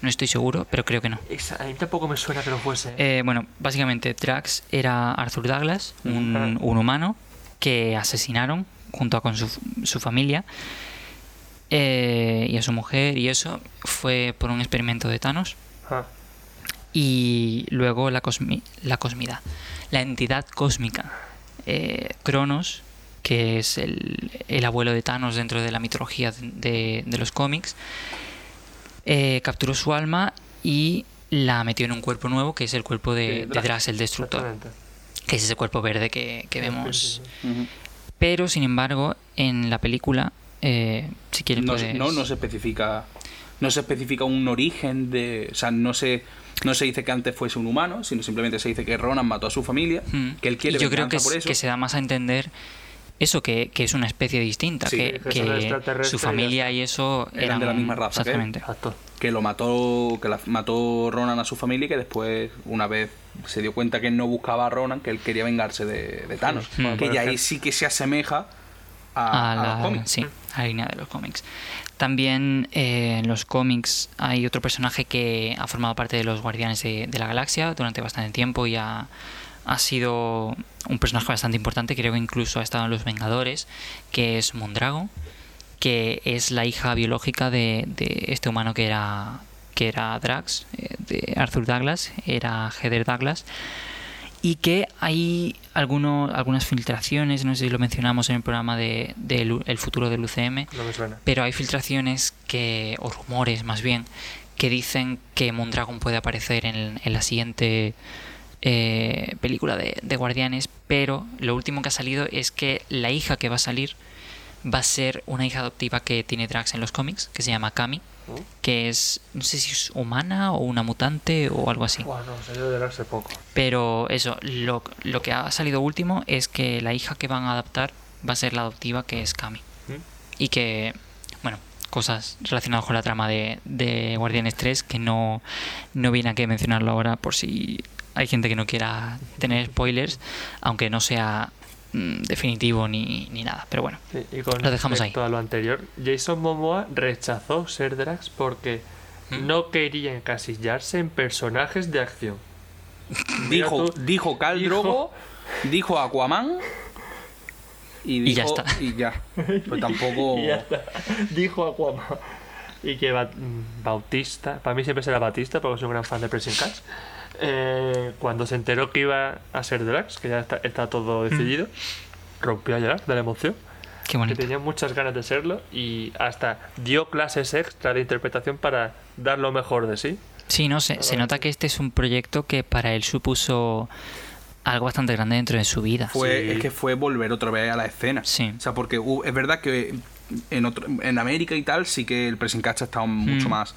No estoy seguro, pero creo que no. Esa- a mí tampoco me suena que lo fuese. Eh, bueno, básicamente Drax era Arthur Douglas, un, un humano que asesinaron junto a con su, su familia eh, y a su mujer y eso fue por un experimento de Thanos Ah, y luego la, cosmi- la cosmidad, la entidad cósmica. Eh, Cronos, que es el, el abuelo de Thanos dentro de la mitología de, de los cómics, eh, capturó su alma y la metió en un cuerpo nuevo, que es el cuerpo de, De de Drax. Drax el Destructor, exactamente. que es ese cuerpo verde que, que vemos. sí, Ujú. Pero, sin embargo, en la película, eh, si quieres... no, puedes- no, no se especifica no se especifica un origen de o sea no se no se dice que antes fuese un humano sino simplemente se dice que Ronan mató a su familia Mm. que él quiere Y yo creo venganza que, por es- eso que se da más a entender eso, que, que es una especie distinta, Sí, que, que son que extraterrestres su y ya familia y eso Eran eran de la misma raza que él. Exactamente. Exacto. que lo mató que la- mató Ronan a su familia y que después una vez se dio cuenta que no buscaba a Ronan que él quería vengarse de, de Thanos Mm. que Por ya ahí ejemplo. sí que se asemeja a, A a los la, cómics sí, a la línea de los cómics. También eh, en los cómics hay otro personaje que ha formado parte de los Guardianes de, de la Galaxia durante bastante tiempo y ha, ha sido un personaje bastante importante, creo que incluso ha estado en Los Vengadores, que es Mondrago, que es la hija biológica de, de este humano que era, que era Drax, eh, de Arthur Douglas, era Heather Douglas y que hay alguno- algunas filtraciones, no sé si lo mencionamos en el programa de, de Lu- El futuro del UCM, No me suena. pero hay filtraciones que, o rumores más bien, que dicen que Mondragon puede aparecer en, en la siguiente eh, película de, de Guardianes, pero lo último que ha salido es que la hija que va a salir va a ser una hija adoptiva que tiene Drax en los cómics, que se llama Kami, que es, no sé si es humana o una mutante o algo así. Bueno, salió de hace poco. Pero eso, lo, lo que ha salido último es que la hija que van a adaptar va a ser la adoptiva, que es Cami. Y que, bueno, cosas relacionadas con la trama de, de Guardianes 3 que no, no viene a que mencionarlo ahora por si hay gente que no quiera tener spoilers, aunque no sea mm, definitivo ni, ni nada. Pero bueno, Sí, y con Lo dejamos respecto a lo anterior, Jason Momoa rechazó ser Drax porque ¿Mm? no quería encasillarse en personajes de acción. Mira Dijo, tú. dijo Khal Drogo, dijo Aquaman y, Y ya dijo- está. Y ya. Pues Oh. tampoco. Y ya está. Dijo Aquaman. Y que Bat- Bautista, para mí siempre será Bautista porque soy un gran fan de Pressing Catch. Eh, cuando se enteró que iba a ser Drax, que ya está, está todo Mm. decidido, rompió a llorar de la emoción. qué que bonito. tenía muchas ganas de serlo y hasta dio clases extra de interpretación para dar lo mejor de sí. Sí, no, se, se nota que este es un proyecto que para él supuso algo bastante grande dentro de su vida. Fue, Sí. Es que fue volver otra vez a la escena. Sí. O sea, porque hu- es verdad que en, otro, en América y tal sí que el pressing catch ha estado Hmm. mucho más.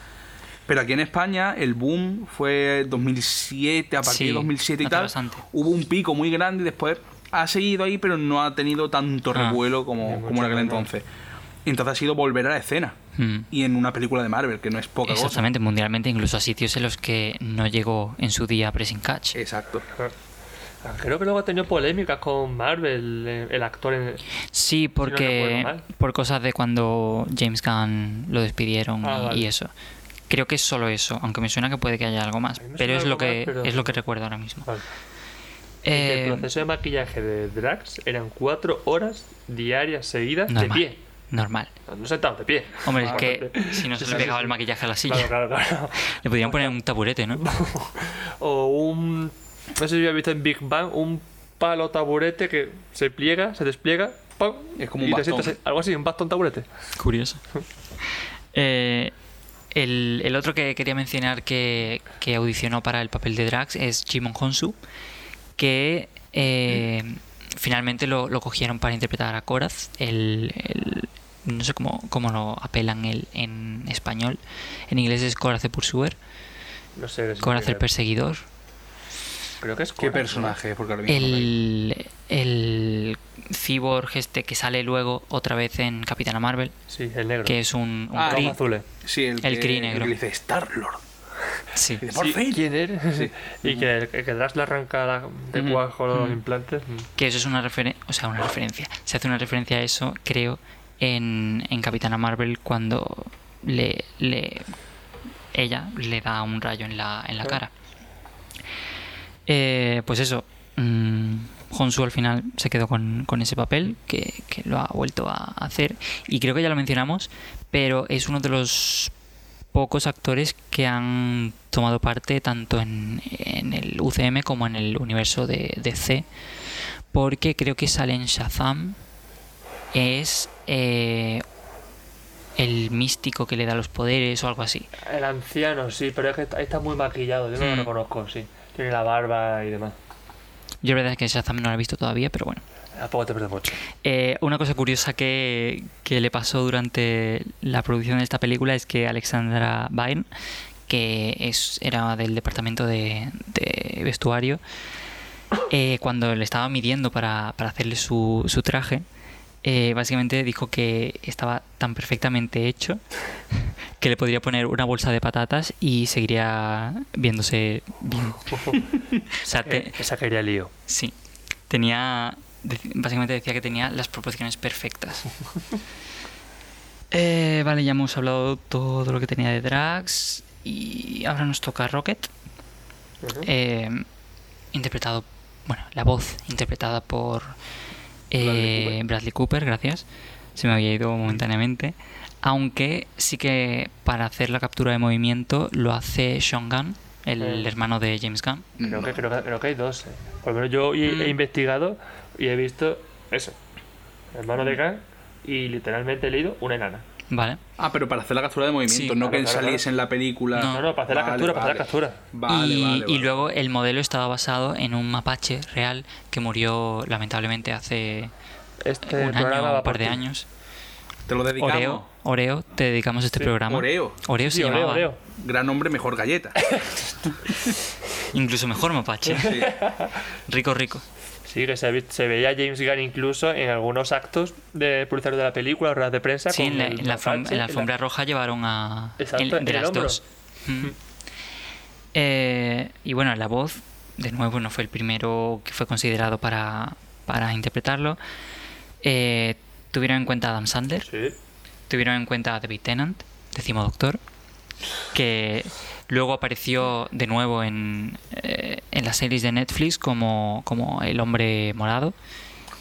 Pero aquí en España el boom fue 2007, a partir Sí, de 2007 y hace tal. bastante. Hubo un pico muy grande y después ha seguido ahí, pero no ha tenido tanto Ah. revuelo como, mucho como en aquel menos. entonces. Entonces ha sido volver a la escena. Mm. Y en una película de Marvel, que no es poca cosa. Exactamente, mundialmente, incluso a sitios en los que no llegó en su día Pressing Catch. Exacto. Ah, Creo que luego ha tenido polémicas con Marvel, eh, el actor en... Sí, porque recuerdo mal. por cosas de cuando James Gunn lo despidieron Ah, y, vale. y eso. Creo que es solo eso, aunque me suena que puede que haya algo más, mí me pero suena es lo algo más, que pero- es lo que recuerdo ahora mismo. Vale. Eh, el proceso de maquillaje de Drax eran cuatro horas diarias seguidas de normal, pie. normal. No sentado, de pie. Hombre, es que Importante. si no se Sí, le sí, pegaba sí. el maquillaje a la silla, Claro, claro, claro. le podían poner un taburete, ¿no? O un... No sé si habéis visto en Big Bang un palo taburete que se pliega, se despliega, ¡pam! Es como un y te bastón. sientas- algo así, un bastón taburete. Curioso. Eh, el, el otro que quería mencionar que, que audicionó para el papel de Drax es Jimon Honsu, que eh, finalmente lo, lo cogieron para interpretar a Koraz, el, el- no sé cómo, cómo lo apelan el, en español, en inglés es Koraz the Pursuer, No sé. si Koraz el tiene- Perseguidor, Creo que es ¿Qué Conan, ¿no? personaje? Porque ahora mismo no me- el, el cyborg este que sale luego otra vez en Capitana Marvel, Sí, el negro. que es un, un Ah, Kree. Ojos azules. Sí, el, el que- Kree que negro. le dice Star-Lord. Sí. Y dice, ¡Por Sí, Mm. fin! ¿Quién eres? Sí. y que, que Drax le arranca la- de Ujú. cuajo los implantes. mm. Que eso es una referencia, o sea, una referencia. Se hace una referencia a eso, creo, en, en Capitana Marvel cuando le, le- ella le da un rayo en la, en la cara. Eh, pues eso, mm, Honsu al final se quedó con, con ese papel, que, que lo ha vuelto a hacer. Y creo que ya lo mencionamos, pero es uno de los pocos actores que han tomado parte tanto en, en el UCM como en el universo de DC porque creo que sale en Shazam es eh, el místico que le da los poderes o algo así. El anciano, sí, pero es que está, está muy maquillado. Yo no lo Mm. reconozco, sí. Tiene la barba y demás. Yo la verdad es que Shazam no lo he visto todavía, pero bueno. Tampoco te pierdes mucho. Eh, una cosa curiosa que, que le pasó durante la producción de esta película es que Alexandra Bain, que es, era del departamento de, de vestuario, eh, cuando le estaba midiendo para, para hacerle su, su traje, eh, básicamente dijo que estaba tan perfectamente hecho que le podría poner una bolsa de patatas y seguiría viéndose bien. o sea, te- Eh, Esa quería lío. Sí, tenía. de- Básicamente decía que tenía las proporciones perfectas. Eh, vale, ya hemos hablado todo lo que tenía de Drax. Y ahora nos toca Rocket. eh, interpretado. Bueno, la voz interpretada por eh, Bradley, Cooper. gracias. Se me había ido momentáneamente. Aunque sí que para hacer la captura de movimiento lo hace Sean Gunn, el Mm. hermano de James Gunn. Creo, que, creo, que, creo que hay dos. eh. Por lo menos yo he, he investigado y he visto eso. Hermano de Kang y literalmente he leído una enana. Vale. Ah, pero para hacer la captura de movimiento, Sí, no claro, que él claro, saliese en la película. No. No, no, para hacer la Vale, captura, para hacer la vale. captura. Vale, y, vale, y vale. luego el modelo estaba basado en un mapache real que murió lamentablemente hace Este un programa año o va un par por de ti. años. Te lo dedicamos. Oreo. Oreo, te dedicamos este programa. Oreo. Oreo se Sí, Oreo, llamaba. Oreo. Gran hombre, mejor galleta. Incluso mejor mapache. Sí. rico, rico. Sí, que se, ve- se veía a James Gunn incluso en algunos actos de publicitarios de la película o ruedas de prensa. Sí, con en la, el en la alfom- mapache, en la en alfombra roja llevaron a. Exacto, en- en de el las hombro. dos. Mm. Eh, y bueno, la voz, de nuevo, no fue el primero que fue considerado para, para interpretarlo. Eh, tuvieron en cuenta a Adam Sandler, Sí. tuvieron en cuenta a David Tennant, décimo doctor, que luego apareció de nuevo en, eh, en las series de Netflix como, como El Hombre Morado,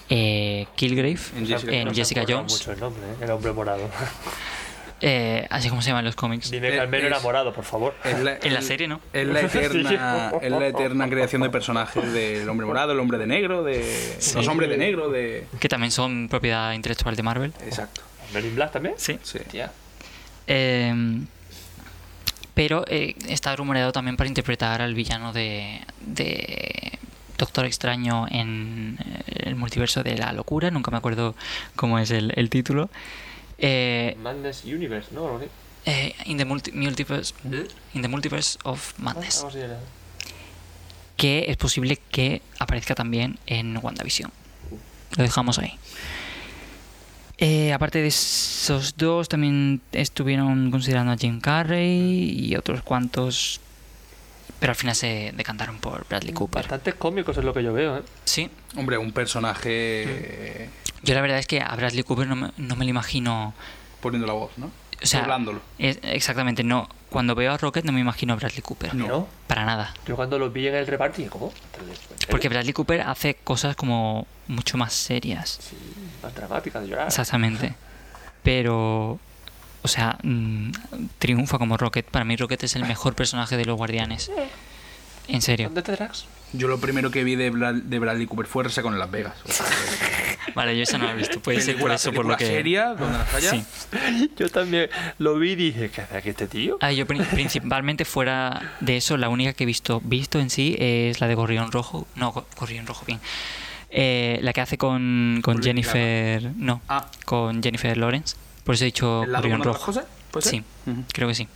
eh, Kilgrave, En Jessica en No se Jessica me acuerdo Jones. mucho el nombre, ¿eh? el hombre morado. Eh, así como se llaman los cómics. Dime que Eh, al menos es- era morado, por favor. Es En la serie, ¿no? Es la eterna, Sí. es la eterna creación de personajes del hombre morado, el hombre de negro, de los hombres de negro, de. Que también son propiedad intelectual de Marvel. Exacto. ¿Men in Black también? Sí. Sí. Tía. Eh, pero eh, está rumoreado también para interpretar al villano de, de Doctor Extraño en eh, el multiverso de la locura. Nunca me acuerdo cómo es el, el título. Eh, Madness Universe, ¿no? Algo así. eh, in, the multi- multiverse, in the Multiverse of Madness. Algo así era. que es posible que aparezca también en WandaVision. Lo dejamos ahí. Eh, aparte de esos dos, también estuvieron considerando a Jim Carrey y otros cuantos, pero al final se decantaron por Bradley Cooper. Bastantes cómicos es lo que yo veo, ¿eh? Sí, Hombre, un personaje eh, yo la verdad es que a Bradley Cooper no me, no me lo imagino. poniendo la voz, ¿no? O sea, Doblándolo. es- exactamente, no. Cuando veo a Rocket no me imagino a Bradley Cooper. No. ¿No? Para nada. Yo cuando los vi en el reparto dije, ¿cómo? Porque Bradley Cooper hace cosas como mucho más serias. Sí, más dramática de llorar. Exactamente. Pero, o sea, mm, triunfa como Rocket. Para mí Rocket es el mejor personaje de los Guardianes. En serio. ¿Dónde te drags? Yo lo primero que vi de, Bra- de Bradley Cooper fue Resacón en Las Vegas. Vale, yo esa no la he visto. Puede ser por Película- eso, por lo película que... seria, donde las haya. Sí. Yo también lo vi y dije, ¿qué hace aquí este tío? Ah, yo prin- principalmente fuera de eso, la única que he visto visto en sí es la de Gorrión Rojo. No, Go- Gorrión Rojo, bien. Eh, la que hace con, con Lady Jennifer... No, Ah. con Jennifer Lawrence. Por eso he dicho ¿El lado Gorrión con otras Rojo. cosas? ¿Puede ser? Sí, Ujú. creo que sí.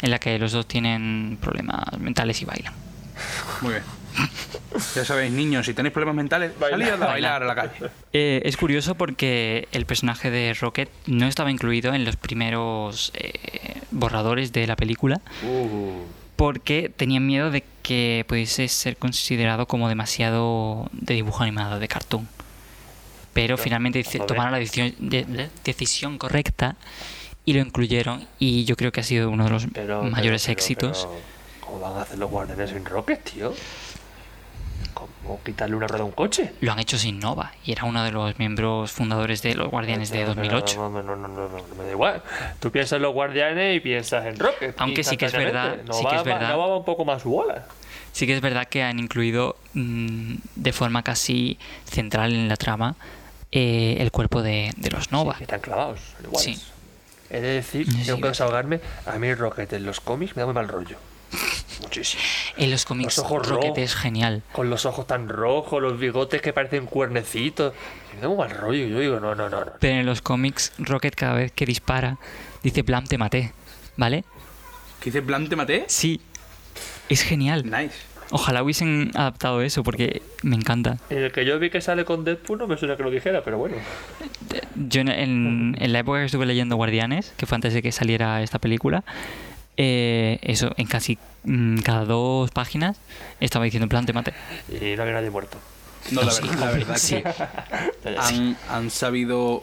En la que los dos tienen problemas mentales y bailan. Muy bien. Ya sabéis, niños, si tenéis problemas mentales, Bailar. salid a bailar a la calle. Eh, es curioso porque el personaje de Rocket no estaba incluido en los primeros eh, borradores de la película Uh. porque tenían miedo de que pudiese ser considerado como demasiado de dibujo animado, de cartoon. Pero finalmente dice- joder. tomaron la decisión, de- de- decisión correcta y lo incluyeron y yo creo que ha sido uno de los Pero, mayores pero, pero, éxitos. pero, ¿Cómo van a hacer los guardianes sin rockets, tío? ¿Cómo quitarle una rueda a un coche? Lo han hecho sin Nova y era uno de los miembros fundadores de los Guardianes de Pero, 2008. No, no, no, no, no, no, me da igual. Tú piensas en los guardianes y piensas en rockets. Aunque sí que es verdad, instantáneamente. No sí va, que es verdad. No va un poco más bola. Sí que es verdad que han incluido mm, de forma casi central en la trama eh, el cuerpo de, de los Nova. Sí, que están clavados. son iguales. Sí. He de decir, Sí, tengo sí. que desahogarme. A mí Rocket en los cómics me da muy mal rollo. Muchísimo. En los cómics Los ojos Rocket rojos. es genial. Con los ojos tan rojos, los bigotes que parecen cuernecitos. Me da muy mal rollo. Yo digo, no, no, no. no. Pero en los cómics Rocket cada vez que dispara dice Blam te maté. ¿Vale? ¿Qué dice Plan te maté? Sí. Es genial. Nice. Ojalá hubiesen adaptado eso porque me encanta. En el que yo vi que sale con Deadpool no me suena que lo dijera, pero bueno. Yo en, en- en la época que estuve leyendo Guardianes, que fue antes de que saliera esta película, eh, eso, en casi mm, cada dos páginas estaba diciendo Plan te maté. Y no había nadie muerto. No, la, Sí, verdad, la verdad sí. que Ya, ya. han, han sabido.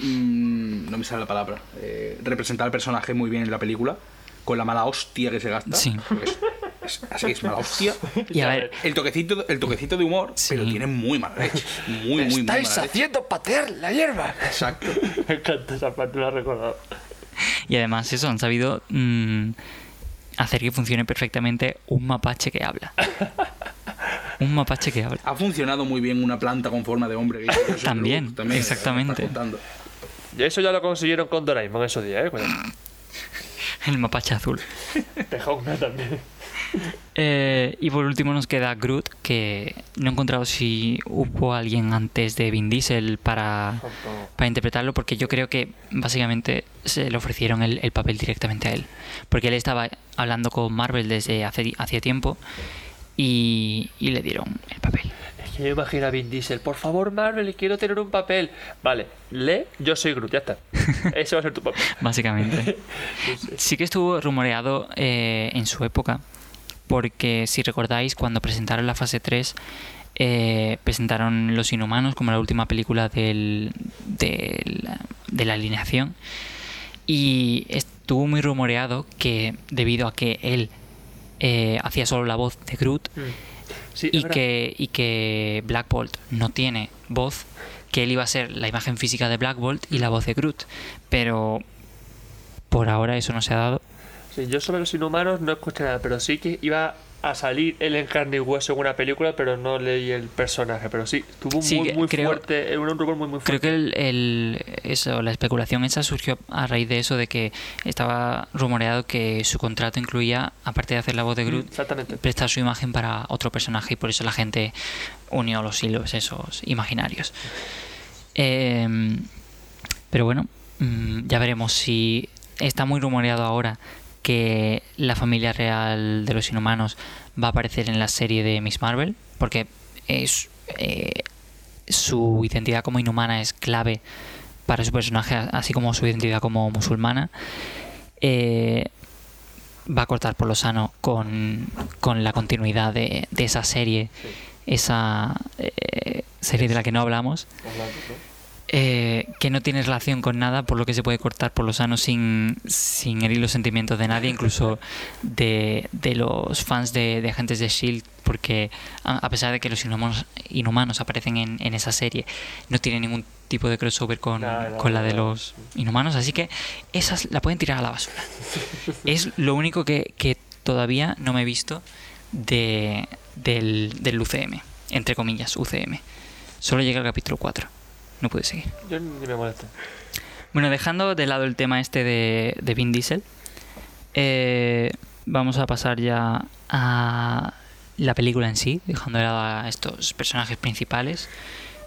mm, no me sale la palabra. eh, representar al personaje muy bien en la película. Con la mala hostia que se gasta. Sí. porque Es, es- así es mala hostia. Y a ver, El toquecito, el toquecito de humor, Sí. pero tiene muy mala leche. Muy, muy, muy mala leche. haciendo patear la hierba! Exacto. Me encanta esa parte, la he recordado. Y además eso, han sabido mm, hacer que funcione perfectamente un mapache que habla. un mapache que habla. Ha funcionado muy bien una planta con forma de hombre. que yo soy También, Groot, exactamente. me estás contando. Y eso ya lo consiguieron con Doraemon esos días, ¿eh? Cuidado. el mapache azul. Tejouna también. Eh, y por último nos queda Groot, que no he encontrado si hubo alguien antes de Vin Diesel para, para interpretarlo, porque yo creo que básicamente se le ofrecieron el, el papel directamente a él. Porque él estaba hablando con Marvel desde hace hacía tiempo y, y le dieron el papel. Es que yo imagino a Vin Diesel, por favor Marvel, quiero tener un papel. Vale, lee, yo soy Groot, ya está. Ese va a ser tu papel. Básicamente. Sí, sí. Sí que estuvo rumoreado eh, en su época, porque si recordáis, cuando presentaron la fase 3, eh, presentaron Los Inhumanos como la última película del, del- de la alineación, y estuvo muy rumoreado que debido a que él eh, hacía solo la voz de Groot, Hmm. Sí, es y verdad. que, y que Black Bolt no tiene voz, que él iba a ser la imagen física de Black Bolt y Mm. la voz de Groot. Pero por ahora eso no se ha dado. Sí, yo sobre los inhumanos no escuché nada, pero sí que iba a salir él en carne y hueso en una película, pero no leí el personaje. Pero sí, tuvo Sí, muy, que- muy creo- fuerte, era un rumor muy, muy Creo fuerte. que el, el- eso, la especulación esa surgió a raíz de eso, de que estaba rumoreado que su contrato incluía, aparte de hacer la voz Mm. de Groot, Exactamente. prestar su imagen para otro personaje y por eso la gente unió los hilos esos imaginarios. Eh, pero bueno, mm, ya veremos si está muy rumoreado ahora que la familia real de los inhumanos va a aparecer en la serie de Miss Marvel, porque es, eh, su identidad como inhumana es clave para su personaje, a- así como su identidad como musulmana. Eh, va a cortar por lo sano con, con la continuidad de, de esa serie, esa eh, serie de la que no hablamos, eh, que no tiene relación con nada, por lo que se puede cortar por lo sano sin, sin herir los sentimientos de nadie, incluso de, de los fans de, de Agentes de Shield, E porque a, a pesar de que los inhumanos, inhumanos aparecen en, en esa serie, no tiene ningún tipo de crossover con, Nada, con la de nada. los inhumanos, así que esas la pueden tirar a la basura. Es lo único que, que todavía no me he visto de, del, del UCM, entre comillas, UCM. Solo llegué al capítulo 4. No pude seguir. Yo ni me molesto. Bueno, dejando de lado el tema este de, de Vin Diesel, eh, vamos a pasar ya a la película en sí, dejando de lado a estos personajes principales.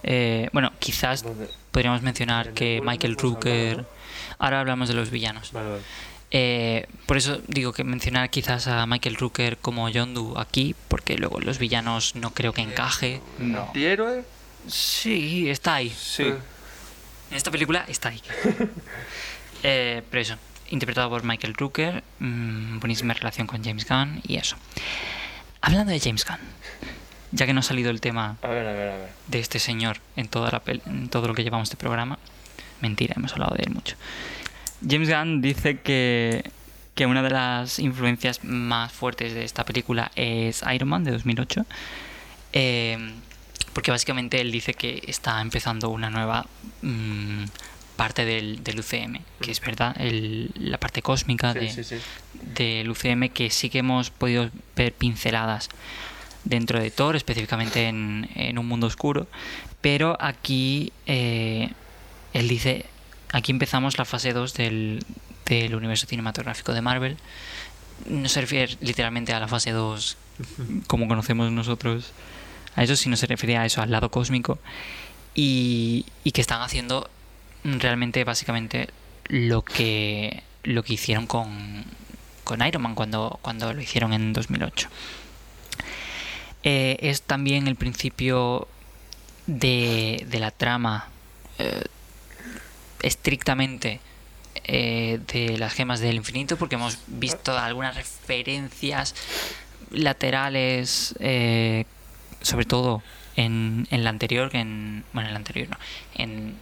Eh, bueno, quizás Entonces, podríamos mencionar ¿De que Deadpool Michael no hemos Rooker... hablado, Ahora hablamos de los villanos. vale, vale. Eh, por eso digo que mencionar quizás a Michael Rooker como Yondu aquí, porque luego los villanos no creo que encaje. No. Antihéroe, Sí, está ahí. Sí. En esta película está ahí. Eh, pero eso, interpretado por Michael Rooker, mm, buenísima relación con James Gunn y eso. Hablando de James Gunn, ya que no ha salido el tema A ver, a ver, a ver. de este señor en, toda la pel- en todo lo que llevamos de programa. Mentira, hemos hablado de él mucho. James Gunn dice que, que una de las influencias más fuertes de esta película es Iron Man de 2008. eh, porque básicamente él dice que está empezando una nueva mm, parte del, del UCM, que es verdad, el- la parte cósmica de, Sí, sí, sí. del UCM que sí que hemos podido ver pinceladas dentro de Thor, específicamente en, en un mundo oscuro. Pero aquí eh, él dice, aquí empezamos la fase 2 del, del universo cinematográfico de Marvel. No se refiere literalmente a la fase 2 como conocemos nosotros a eso, sino se refería a eso, al lado cósmico. Y, y que están haciendo realmente básicamente lo que lo que hicieron con, con Iron Man cuando, cuando lo hicieron en 2008. Eh, es también el principio de, de la trama eh, estrictamente eh, de las gemas del infinito porque hemos visto algunas referencias laterales eh, sobre todo en, en la anterior que en bueno en la anterior no en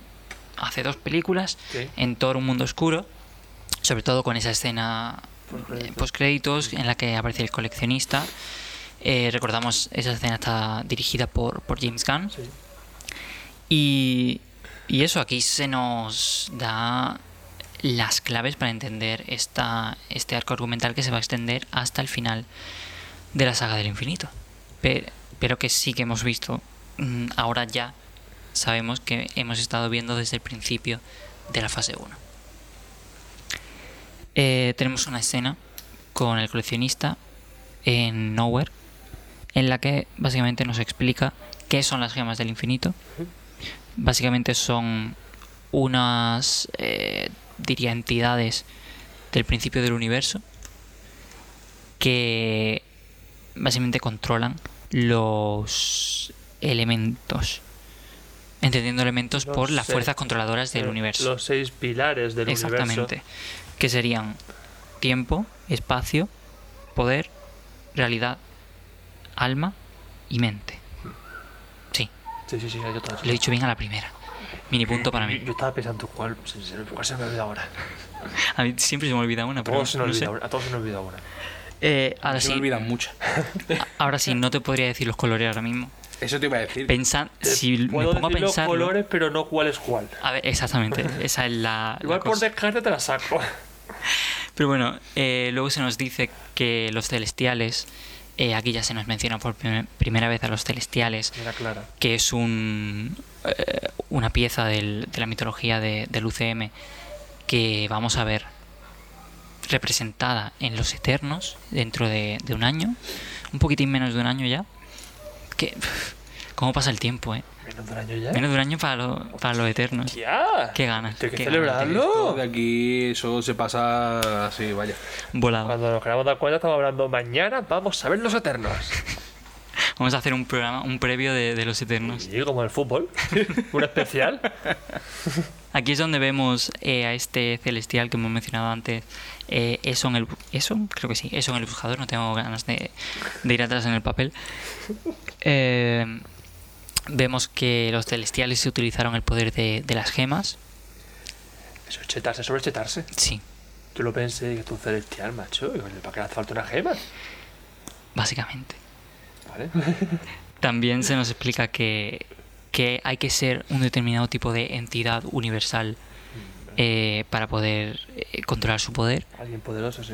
hace dos películas Sí. en Thor un mundo oscuro sobre todo con esa escena eh, postcréditos en la que aparece el coleccionista Eh, recordamos esa escena está dirigida por, por James Gunn Sí. y, y eso, aquí se nos da las claves para entender esta, este arco argumental que se va a extender hasta el final de la saga del infinito. Pero, pero que sí que hemos visto, mm, ahora ya sabemos que hemos estado viendo desde el principio de la fase 1. eh, tenemos una escena con el coleccionista en Nowhere, en la que básicamente nos explica qué son las gemas del infinito. Básicamente son unas, eh, diría, entidades del principio del universo que básicamente controlan los elementos. Entendiendo elementos Los por las seis- fuerzas controladoras del eh, universo. Los seis pilares del universo. Exactamente. Que serían tiempo, espacio, poder, realidad, alma y mente. Sí, Sí, sí, sí, yo también. lo he dicho bien a la primera. Mini punto para mí. Yo estaba pensando cuál, se- se- cuál se me olvida ahora. A mí siempre se me olvida una, A pero todos Oh, se nos no olvida sé. ahora. A todos se nos olvida ahora. Eh, ahora, Se sí, me olvidan mucho. ahora sí, no te podría decir los colores ahora mismo. Eso te iba a decir. Pensan, si me Eh, Puedo pongo a decir los pensar. colores, pero no cuál es cuál. A ver, exactamente, esa es la. la Igual por cosa. descarte te la saco. Pero bueno, eh, luego se nos dice que los celestiales, eh, aquí ya se nos menciona por prim- primera vez a los celestiales, Mira, Clara. que es un, eh, una pieza del- de la mitología de- del UCM que vamos a ver representada en Los Eternos dentro de, de un año, un poquitín menos de un año ya. Que, ¿Cómo pasa el tiempo, eh? Menos de un año ya. Menos de un año para, lo- para Los Eternos. ¡Ya! Qué ganas, Tengo que qué celebrarlo. Todo de aquí eso se pasa así, vaya. Volado. Cuando nos queramos dar cuenta, estamos hablando mañana. Vamos a ver los eternos. Vamos a hacer un programa, un previo de, de Los Eternos. Sí, como el fútbol. Un especial. Aquí es donde vemos eh, a este celestial que hemos mencionado antes. Eh, eso en el. Eso, creo que sí. Eso en el buscador. No tengo ganas de, de ir atrás en el papel. Eh, vemos que los celestiales se utilizaron el poder de, de las gemas. Eso es chetarse sobre chetarse. Sí, Yo lo pensé, que tú un celestial, macho. y coño, ¿Para qué le hace falta una gema? básicamente. ¿Vale? También se nos explica que, que hay que ser un determinado tipo de entidad universal eh, para poder eh, controlar su poder. Alguien poderoso, sí.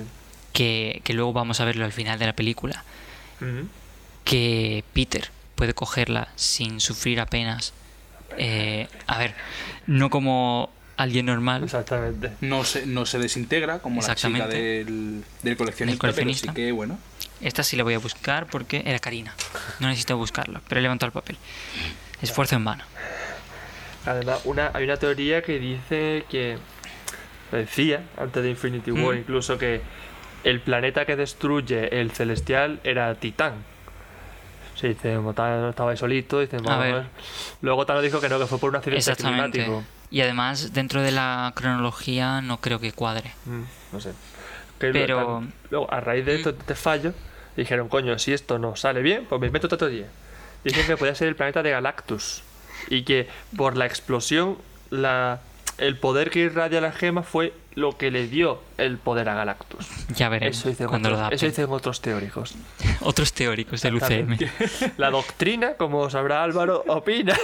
Que, que luego vamos a verlo al final de la película. Ujú. que Peter puede cogerla sin sufrir apenas. eh, a ver, no como alguien normal. Exactamente. No se, no se desintegra como la chica Exactamente. del, del Del coleccionista, coleccionista. pero sí que bueno. Esta sí la voy a buscar porque era Karina. No necesito buscarlo, pero he levantado el papel. Esfuerzo en vano. Además, una, hay una teoría que dice que. Decía, antes de Infinity War, Mm. incluso que el planeta que destruye el celestial era Titán. Se dice, como Thanos estaba ahí solito, dice, vamos a ver. ver. Luego Thanos dijo que no, que fue por un accidente Exactamente. climático. Y además, dentro de la cronología, no creo que cuadre. Mm, no sé. Que lo- Pero- Mm. tan- luego, a raíz de esto, de este fallo, dijeron, coño, si esto no sale bien, pues me invento otra teoría. Dicen que podía ser el planeta de Galactus. Y que por la explosión, la, el poder que irradia la gema fue lo que le dio el poder a Galactus. Ya veremos Eso dicen, cuando lo otros, da. eso dicen otros teóricos. Otros teóricos del UCM. Exactamente. La doctrina, como sabrá Álvaro, opina.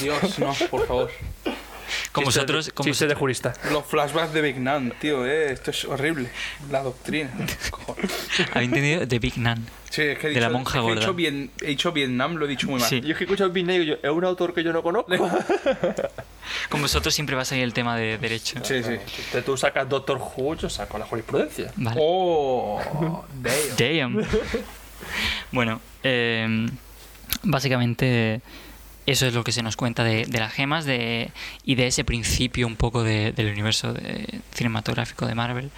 Dios, no, por favor. Con Chiste- vosotros, con chiste de vosotros- jurista. Los flashbacks de Big Nan, tío, eh, esto es horrible. La doctrina. cojones. ¿Habéis entendido? De Big Nan. Sí, es que De he dicho, la monja es que he gorda. dicho bien, he dicho Vietnam, lo he dicho muy mal. Sí. Yo es que he escuchado Binet y yo, es un autor que yo no conozco. Con vosotros siempre va a salir el tema de derecho. sí. sí. Entonces tú sacas Doctor Who, yo saco la jurisprudencia. Vale. Oh, damn. Damn. bueno, eh, básicamente eso es lo que se nos cuenta de, de las gemas de, y de ese principio un poco de- del universo de- cinematográfico de Marvel.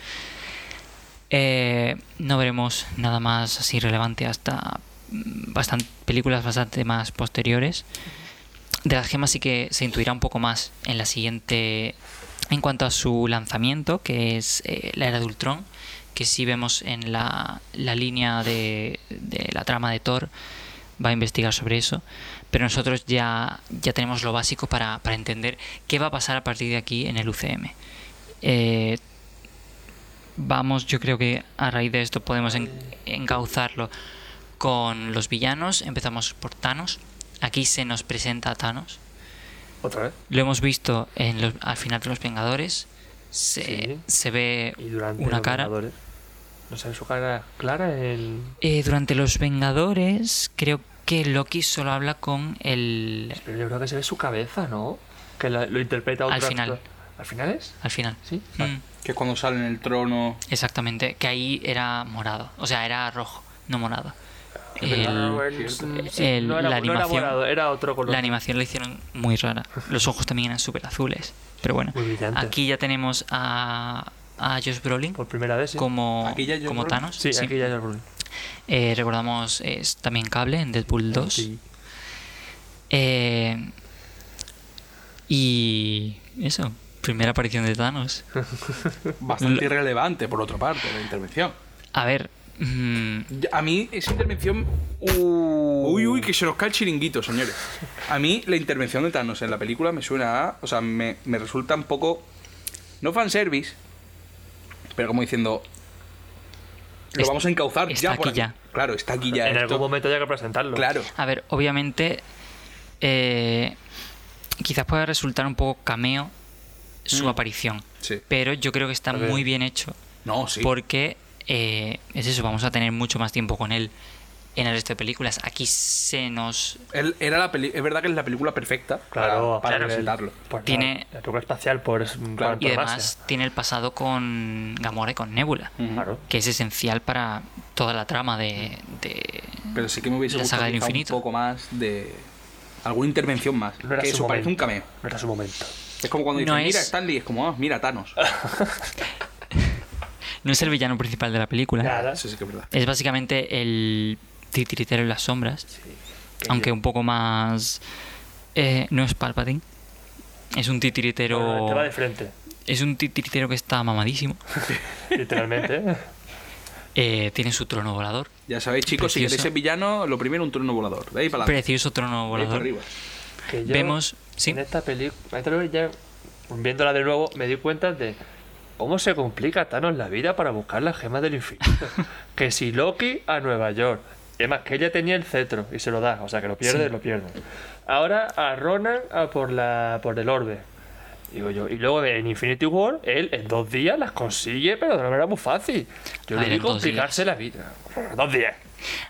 Eh, no veremos nada más así relevante hasta bastante, películas bastante más posteriores. De las gemas sí que se intuirá un poco más en la siguiente. En cuanto a su lanzamiento, que es eh, la era de Ultron, que sí vemos en la, la línea de, de la trama de Thor, va a investigar sobre eso. Pero nosotros ya, ya tenemos lo básico para, para entender qué va a pasar a partir de aquí en el UCM. Eh, vamos, yo creo que a raíz de esto podemos en- encauzarlo con los villanos. Empezamos por Thanos. Aquí se nos presenta a Thanos. Otra vez. Lo hemos visto en los- al final de Los Vengadores. Se, Sí. se ve Y durante una los cara. Vengadores. No sé, su cara clara, el Eh, durante Los Vengadores, creo que Loki solo habla con el. Pero yo creo que se ve su cabeza, ¿no? Que la- lo interpreta otro Al final. actor. ¿Al final es? al final. Sí. Mm, Vale. Que es cuando sale en el trono. exactamente, que ahí era morado, o sea, era rojo, no morado. Es verdad, Ah, El- no, el- cierto. sí, el- no era, la no era animación- morado, era otro color. La animación la hicieron muy rara. Los ojos también eran súper azules. Pero bueno, Muy brillante. aquí ya tenemos a, a Josh Brolin Por primera vez, sí. como, Aquí ya Josh como Brolin. Thanos. Sí, sí. aquí ya es el Brolin. Eh, recordamos es también Cable en Deadpool 2. Sí. Eh, y eso, primera aparición de Thanos. Bastante irrelevante, por otra parte, la intervención. A ver, mm, Ya- A mí esa intervención... Uy, uy, que se nos cae el chiringuito, señores. A mí la intervención de Thanos en la película me suena a... O sea, me, me resulta un poco... No fanservice, pero como diciendo... Lo Es- vamos a encauzar está ya por aquí ya. Claro, está aquí ya. En esto. algún momento hay que presentarlo. Claro. a ver, obviamente eh, quizás pueda resultar un poco cameo su aparición. Mm. Sí. Pero yo creo que está ver. muy bien hecho. No, sí. Porque eh, es eso, vamos a tener mucho más tiempo con él en el resto de películas. Aquí se nos Él- era la peli- es verdad que es la película perfecta Claro, para, para claro, el- presentarlo. pues la- Tiene- La, película espacial pues, por. Claro. por- y por además tiene el pasado con Gamora y con Nebula, base. Claro. que es esencial para toda la trama de, de- Pero sí que me hubiese La saga gustado del quizá un infinito. poco más de... Alguna intervención más. No era que su eso parece un momento. cameo. No era su momento. Es como cuando No dicen, mira es- Stanley, es como, ah, mira Thanos. No es el villano principal de la película. Nada. Eso sí que es verdad. Es básicamente el titiritero en las sombras, aunque un poco más... eh, no es Palpatine. Es un titiritero... Pero... Te va de frente, es un titiritero que está mamadísimo. literalmente. Eh, tiene su trono volador. Ya sabéis, chicos, si Precioso. queréis ser villano, lo primero un turno volador. De ahí para adelante. Precioso trono De ahí para volador. arriba. Que yo, Vemos- sí. En esta película. ya viéndola de nuevo, me di cuenta de. ¿Cómo se complica a Thanos la vida para buscar las gemas del infinito? que si Loki a Nueva York. Y además, que ella tenía el cetro y se lo da. O sea, que lo pierde, Sí. lo pierde. Ahora a Ronan a por, la, por el orbe. Digo yo. Y luego en Infinity War, él en dos días las consigue, pero de una manera muy fácil. Yo A ver, le en digo dos complicarse la vida. Dos días.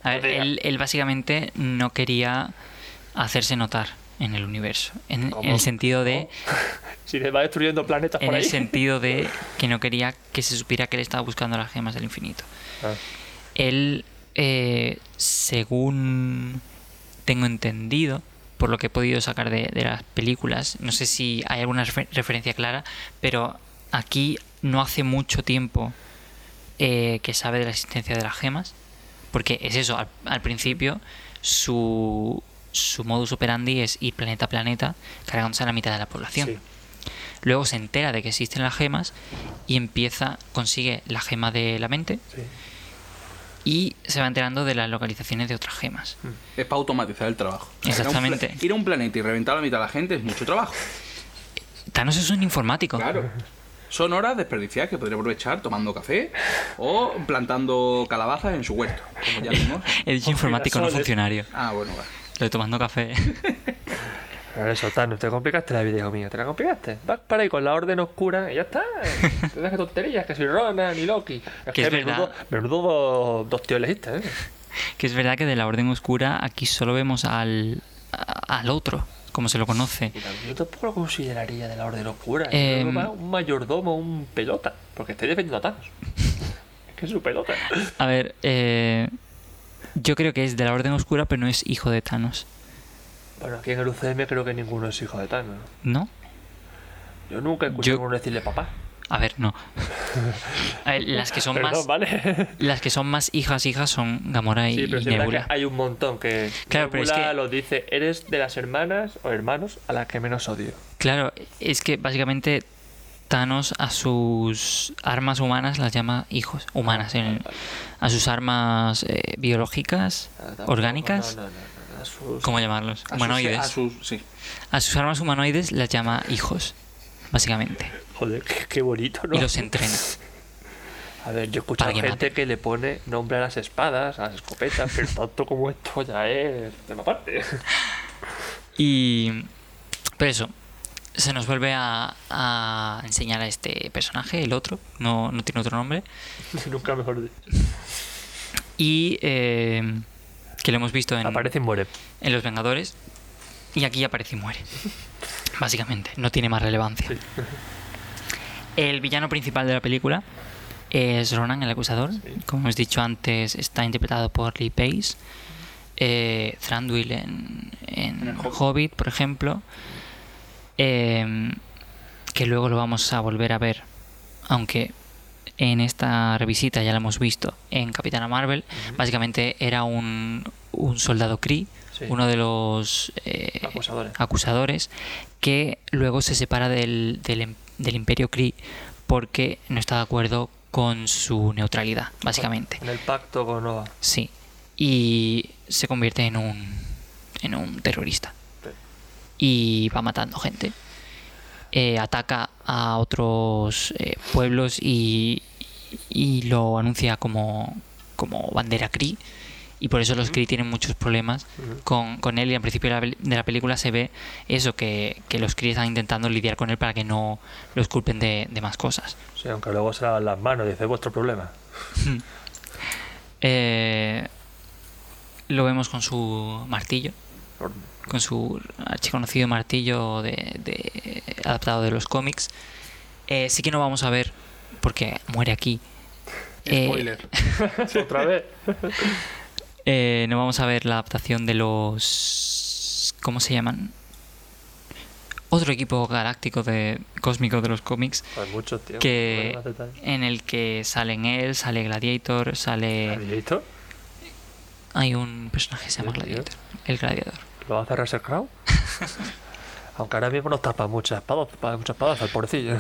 A ver, Dos días. él, él básicamente no quería hacerse notar en el universo. En, en ¿Cómo? el sentido de. Si le va destruyendo planetas En por ahí. el sentido de que no quería que se supiera que él estaba buscando las gemas del infinito. Ah, Él, eh, según tengo entendido, por lo que he podido sacar de, de las películas, no sé si hay alguna refer- referencia clara, pero aquí no hace mucho tiempo eh, que sabe de la existencia de las gemas, porque es eso, al, al principio su, su modus operandi es ir planeta a planeta cargándose a la mitad de la población. sí. Luego se entera de que existen las gemas y empieza, consigue la gema de la mente, Sí. y se va enterando de las localizaciones de otras gemas. Es para automatizar el trabajo. Exactamente. Ir a un pla- Ir a un planeta y reventar a la mitad de la gente es mucho trabajo. Mm. Thanos es un informático. Claro. Son horas desperdiciadas que podría aprovechar tomando café o plantando calabazas en su huerto. Como ya vimos. He dicho informático, no girasoles. funcionario. Ah, bueno, vale. Lo de tomando café. Ahora eso, Thanos, te complicaste la vida, hijo mío, te la complicaste. Vas para ahí con la orden oscura y ya está. Te dejas tonterías, que soy Ronan y Loki. Es Que es menudo, verdad. menudo dos, dos tíos legistas, ¿eh? que es verdad que de la Orden Oscura aquí solo vemos al, a- al otro, como se lo conoce. Yo tampoco lo consideraría de la orden oscura. Yo Eh, creo que va un mayordomo, un pelota, porque estoy defendiendo a Thanos. es que es su pelota. A ver, eh, yo creo que es de la Orden Oscura, pero no es hijo de Thanos. Bueno, aquí en el UCM creo que ninguno es hijo de Thanos. ¿No? Yo nunca he Yo- escuchado a ninguno decirle papá. A ver, no. A ver, las que son Perdón, más ¿vale? las que son más hijas hijas son Gamora y, Sí, pero y es verdad que Nebula. hay un montón que Claro, pero es Nebula que- los dice, eres de las hermanas o hermanos a las que menos odio. Claro, es que básicamente Thanos a sus armas humanas las llama hijos, humanas, Ah, en- a sus armas eh, biológicas, Ah, tampoco, orgánicas, No, no, no, no, a sus- ¿cómo llamarlos? A sus- a Humanoides. sus- sí. A sus armas humanoides las llama hijos, básicamente, Joder, qué, qué bonito, ¿no? y los entrena. A ver, yo he escuchado Para que gente maten. que le pone nombre a las espadas, a las escopetas, pero tanto como esto ya es tema aparte. Y... Pero eso, se nos vuelve a, a enseñar a este personaje, el otro, no, no tiene otro nombre, Nunca mejor dicho. y eh, que lo hemos visto en... Aparece y muere. en Los Vengadores y aquí aparece y muere. Básicamente, no tiene más relevancia. El villano principal de la película es Ronan, el acusador. Como hemos dicho antes, está interpretado por Lee Pace. Eh, Thranduil en, en En el Hobbit. Hobbit. por ejemplo. Eh, que luego lo vamos a volver a ver. Aunque en esta revisita ya lo hemos visto en Capitana Marvel. Básicamente era un, un soldado Kree. Sí. Uno de los eh, Acusadores. acusadores, que luego se separa del, del em- del imperio Kree porque no está de acuerdo con su neutralidad, básicamente. En el pacto con Nova. Sí. Y se convierte en un, en un terrorista. Y va matando gente. Eh, ataca a otros eh, pueblos y, y lo anuncia como, como bandera Kree. Y por eso los Kree tienen muchos problemas con, con él. Y al principio de la, pel- de la película se ve eso, que, que los Kree están intentando lidiar con él para que no los culpen de- de más cosas. Sí, aunque luego se lavan las manos, dice, es vuestro problema. Eh, lo vemos con su martillo, con su archiconocido martillo de, de- adaptado de los cómics. Eh, sí que no vamos a ver, porque muere aquí. Eh, Spoiler. Otra vez. eh, no vamos a ver la adaptación de los... ¿Cómo se llaman? Otro equipo galáctico de cósmico de los cómics Pues mucho, tío. que Bueno, hace tal- en el que salen él, sale Gladiator, ¿Has sale visto? hay un personaje que se llama ¿El tío? Gladiator, el gladiador. ¿Lo hace Russell Crowe? Aunque ahora mismo nos tapa muchas espadas, pa- muchas espadas al pobrecillo.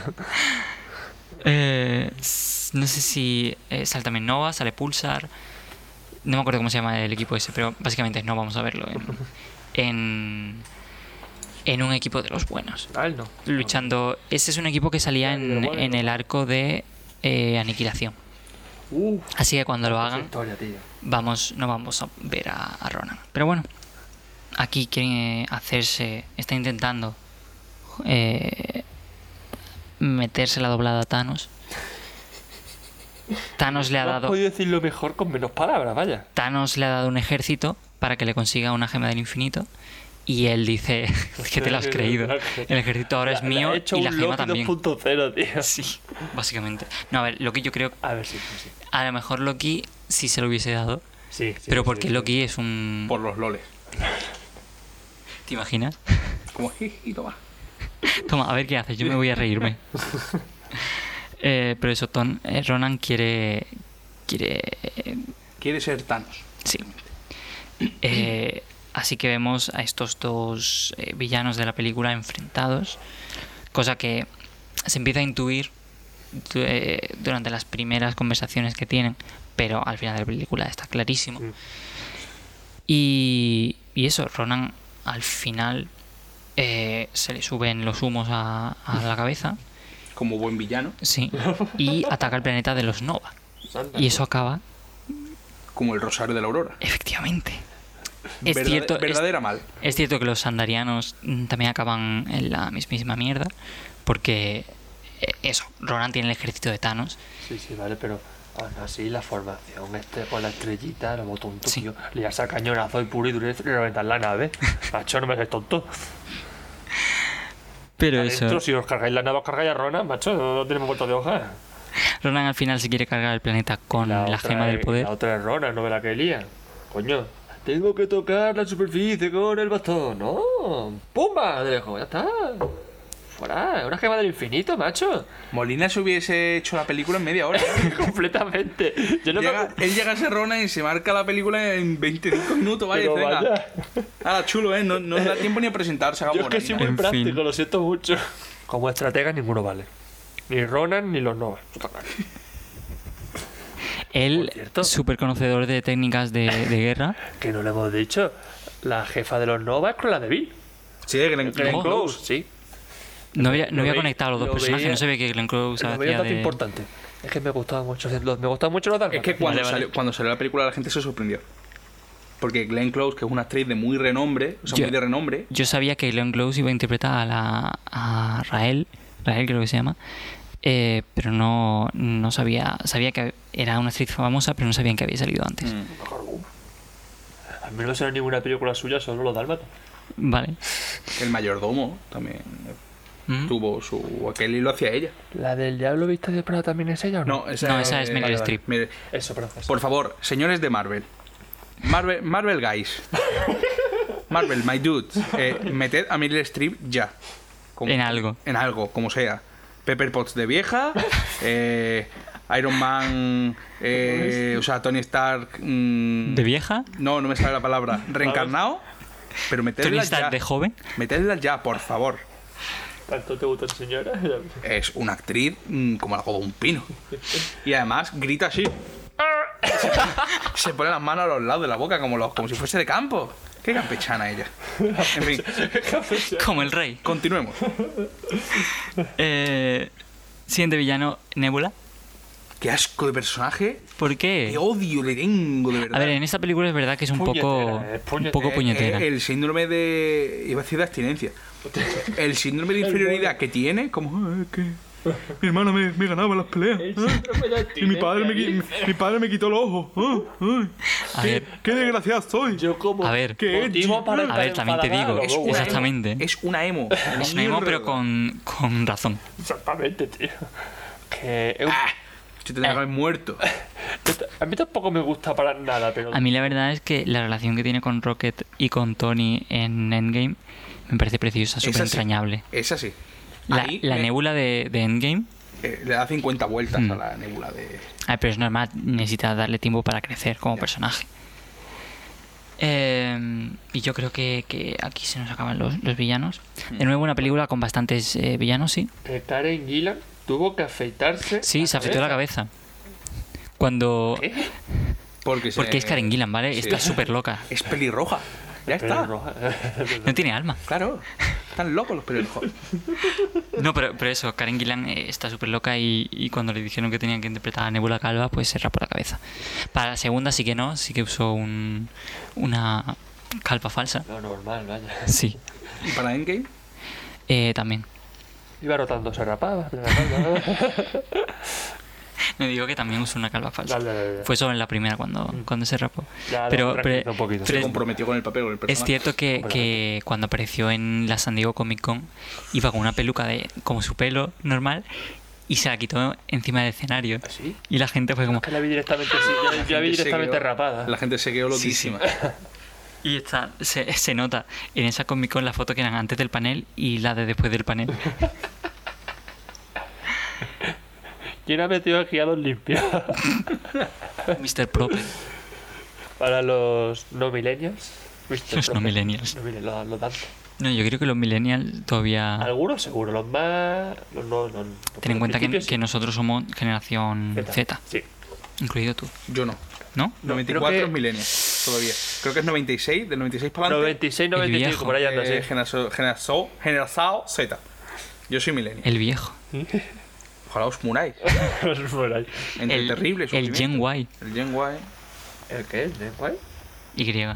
Eh, s- no sé si eh, sale también Nova, sale Pulsar. No me acuerdo cómo se llama el equipo ese, pero básicamente no vamos a verlo en, en, en un equipo de los buenos. A él no. Luchando. Ese es un equipo que salía en, en el arco de eh, aniquilación. Uh, Así que cuando lo hagan, historia, tío. vamos, no vamos a ver a, a Ronan. Pero bueno, aquí quieren eh, hacerse, está intentando eh, meterse la doblada a Thanos. Thanos le ha No has dado, podido decirlo mejor con menos palabras, vaya. Thanos le ha dado un ejército para que le consiga una gema del infinito. Y él dice que te lo has creído. El ejército ahora es La- la mío ha hecho y la un gema Loki también. 2.0, tío. Sí, básicamente. No, a ver, Loki yo creo, A ver, sí, sí, sí. a lo mejor Loki sí se lo hubiese dado. Sí, sí, pero sí, porque sí. Loki es un... Por los loles. ¿Te imaginas? Como, jiji, toma. Toma, a ver qué haces, yo me voy a reírme. Eh, pero eso, Ton, eh, Ronan quiere. Quiere. eh, Quiere ser Thanos. sí. Eh, así que vemos a estos dos eh, villanos de la película enfrentados. Cosa que se empieza a intuir du- eh, durante las primeras conversaciones que tienen. Pero al final de la película está clarísimo. Mm. Y, y eso, Ronan al final eh, se le suben los humos a, a la cabeza. Como buen villano. Sí. Y ataca el planeta de los Nova. Y eso acaba, Como el Rosario de la Aurora. efectivamente. Es Verdade- cierto, es- verdadera mal. Es cierto que los sandarianos mm, también acaban en la mismísima mierda, porque eh, eso, Ronan tiene el ejército de Thanos. Sí, sí, vale, pero aún así la formación este con la estrellita, lo botó un Sí. tío, le das a cañonazo y puro y duro y le reventas la nave. Macho, no me haces tonto. Pero Adentro, si os cargáis la nave, os cargáis a Rona, macho, no, no tenemos vuelta de hoja. Ronan al final se quiere cargar el planeta con la, otra gema del es- poder. La otra es Rona, no me la que lía. Coño. Tengo que tocar la superficie con el bastón. ¡No! ¡Pumba! De lejos, ya está. Fuera, una gema del infinito, macho. Molina se hubiese hecho la película en media hora. Completamente. Yo no me Llega- él llega a ser Ronan y se marca la película en 25 minutos. Vaya, Pero dice, venga. vaya. Ahora, chulo, ¿eh? No, no da tiempo ni a presentarse. Yo es hagamos que una soy mina. muy En práctico, fin. lo siento mucho. Como estratega ninguno vale. Ni Ronan ni los Nova. Puta madre. Él, por cierto. súper conocedor de técnicas de, de guerra. Que no lo hemos dicho. La jefa de los Nova es con la de Bill. Sí, Glenn Glenn ¿Cómo? Close, sí. No había, Lo no había veí- conectado los dos lo personajes, veía- no se ve que Glenn Close Pero voy a hacía un dato de... importante. Es que me gustaba mucho. los- Me gustaban mucho los Es dálmatas. que Vale, cuando, vale. Salió, cuando salió la película la gente se sorprendió. Porque Glenn Close, que es una actriz de muy renombre, o sea, Ya. muy de renombre, Yo sabía que Glenn Close iba a interpretar a, la, a Rael, Rael creo que se llama, eh, pero no, no sabía, sabía que era una actriz famosa, pero no sabían que había salido antes. A mí no será Mm. ninguna película suya, solo los dálmatas. Vale. el mayordomo, también Ujú. tuvo su aquel y lo hacía ella. ¿La del Diablo Viste de Prado también es ella o no? No, esa, eh, No, esa es Meryl Streep. Meryl- Eso, perdón. eso. Por favor, señores de Marvel. Marvel, Marvel guys. Marvel, my dudes. eh, meted a Meryl Streep ya. Como- En algo. En algo, como sea. Pepper Potts de vieja. eh, Iron Man. eh, o sea, Tony Stark. mm, ¿De vieja? No, no me sale la palabra. Reencarnado. Pero ¿Tony metedla ya. Stark de joven? Metedla ya, por favor. ¿Tanto te gustan señora? Es una actriz mm, como la copa de un pino. Y además grita así. Se pone las manos a los lados de la boca como, los, como si fuese de campo. Qué campechana ella. En fin, Como el rey. continuemos. Eh, siguiente villano, Nebula. Qué asco de personaje. ¿Por Qué qué? odio le tengo, de verdad. A ver, en esta película es verdad que es un poco, Puñetera, eh, un poco Eh, puñetera. eh, el síndrome de. iba a decir de abstinencia. El síndrome de inferioridad que tiene, como. "Ah, es que mi hermano me, me ganaba las peleas. ah, y mi padre, me, qui- mi, mi padre me quitó el ojo. ah, ay, A qué- ver. qué desgraciado soy. Yo como... A ver, ¿Qué? Motivo para a ver, también te digo, Es una exactamente. emo, Es una emo. Es un emo, pero con, con razón. Exactamente, tío. Ah. Que... es un- Ah, Yo tendría Eh. que haber muerto. A mí tampoco me gusta para nada, pero... A mí la verdad es que la relación que tiene con Rocket y con Tony en Endgame me parece preciosa, súper así. entrañable. Es así. La, Ahí la Mm. me- nebula de, de Endgame, eh, le da 50 vueltas a la nebula de. ah, pero es normal, necesita darle tiempo para crecer como personaje. Eh, y yo creo que, que aquí se nos acaban los, los villanos. Hmm. De nuevo, una película con bastantes eh, villanos, sí. Que Karen Gillan tuvo que afeitarse... Sí, se afectó la cabeza. Cuando. ¿Qué? Porque, se- Porque es Karen Gillan, ¿vale? Sí. Está súper loca. Es pelirroja. Ya está. No tiene alma. Claro. Están locos los pelirrojos. No, pero, pero eso, Karen Gillan eh, está súper loca y, y cuando le dijeron que tenían que interpretar a Nebula Calva, pues se rapó la cabeza. Para la segunda sí que no, sí que usó un, una calva falsa. Lo normal, vaya. Sí, ¿Y para Endgame? eh, también. Iba rotando, se rapaba. se rapaba. Me digo que también usó una calva falsa. Dale, dale, dale. Mm. Fue solo en la primera cuando, cuando se rapó. Ya, lo Pero, tranquiliza pero, un poquito. pero Se es- comprometió con el papel, con el es personaje. cierto que, que cuando apareció en la San Diego Comic Con iba con una peluca de como su pelo normal y se la quitó encima del escenario. ¿Ah, ¿Sí? Y la gente fue como, Que la vi directamente, sí, yo- yo la vi gente se directamente quedó- rapada. La gente se quedó loquísima. Y está, se, se nota en esa Comic Con la foto que eran antes del panel y la de después del panel. ¿Quién ha metido aquí a dos limpios? Mr. Proper, Para los no millennials. ¿viste? los no Profe- millennials. no millennials, los, los tanto. No, yo creo que los millennials todavía... Algunos seguro, los más. Los no, no, Ah. Ten en cuenta que, que no. nosotros somos generación Z, Sí. incluido tú, Yo no. ¿no? No, 94 creo es que- milenios todavía. Creo que es 96, del 96 para adelante. 96, El 95, viejo, por ahí anda, eh, sí. generazo- generazo- Generazao Z. Yo soy milenio. El viejo. Ojalá os muráis. Por ahí. Entre el terrible El sufrimiento. Gen Y. El Gen Y. ¿El qué? ¿De cuál? Y. Ah,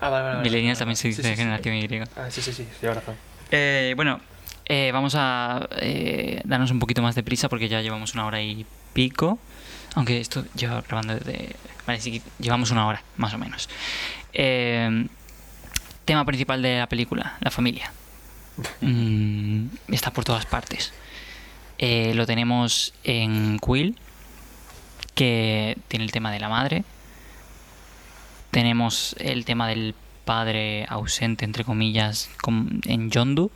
vale, vale. vale. Millennials también se dice sí, sí. generación Y. Ah, sí, sí, sí, tienes razón. Eh, bueno, eh, vamos a eh, darnos un poquito más de prisa porque ya llevamos una hora y pico. Aunque esto lleva grabando desde. Vale, sí, que llevamos una hora, más o menos. Eh, tema principal de la película: la familia. Mm, está por todas partes. Eh, lo tenemos en Quill, que tiene el tema de la madre. Tenemos el tema del padre ausente, entre comillas, com- en Yondu,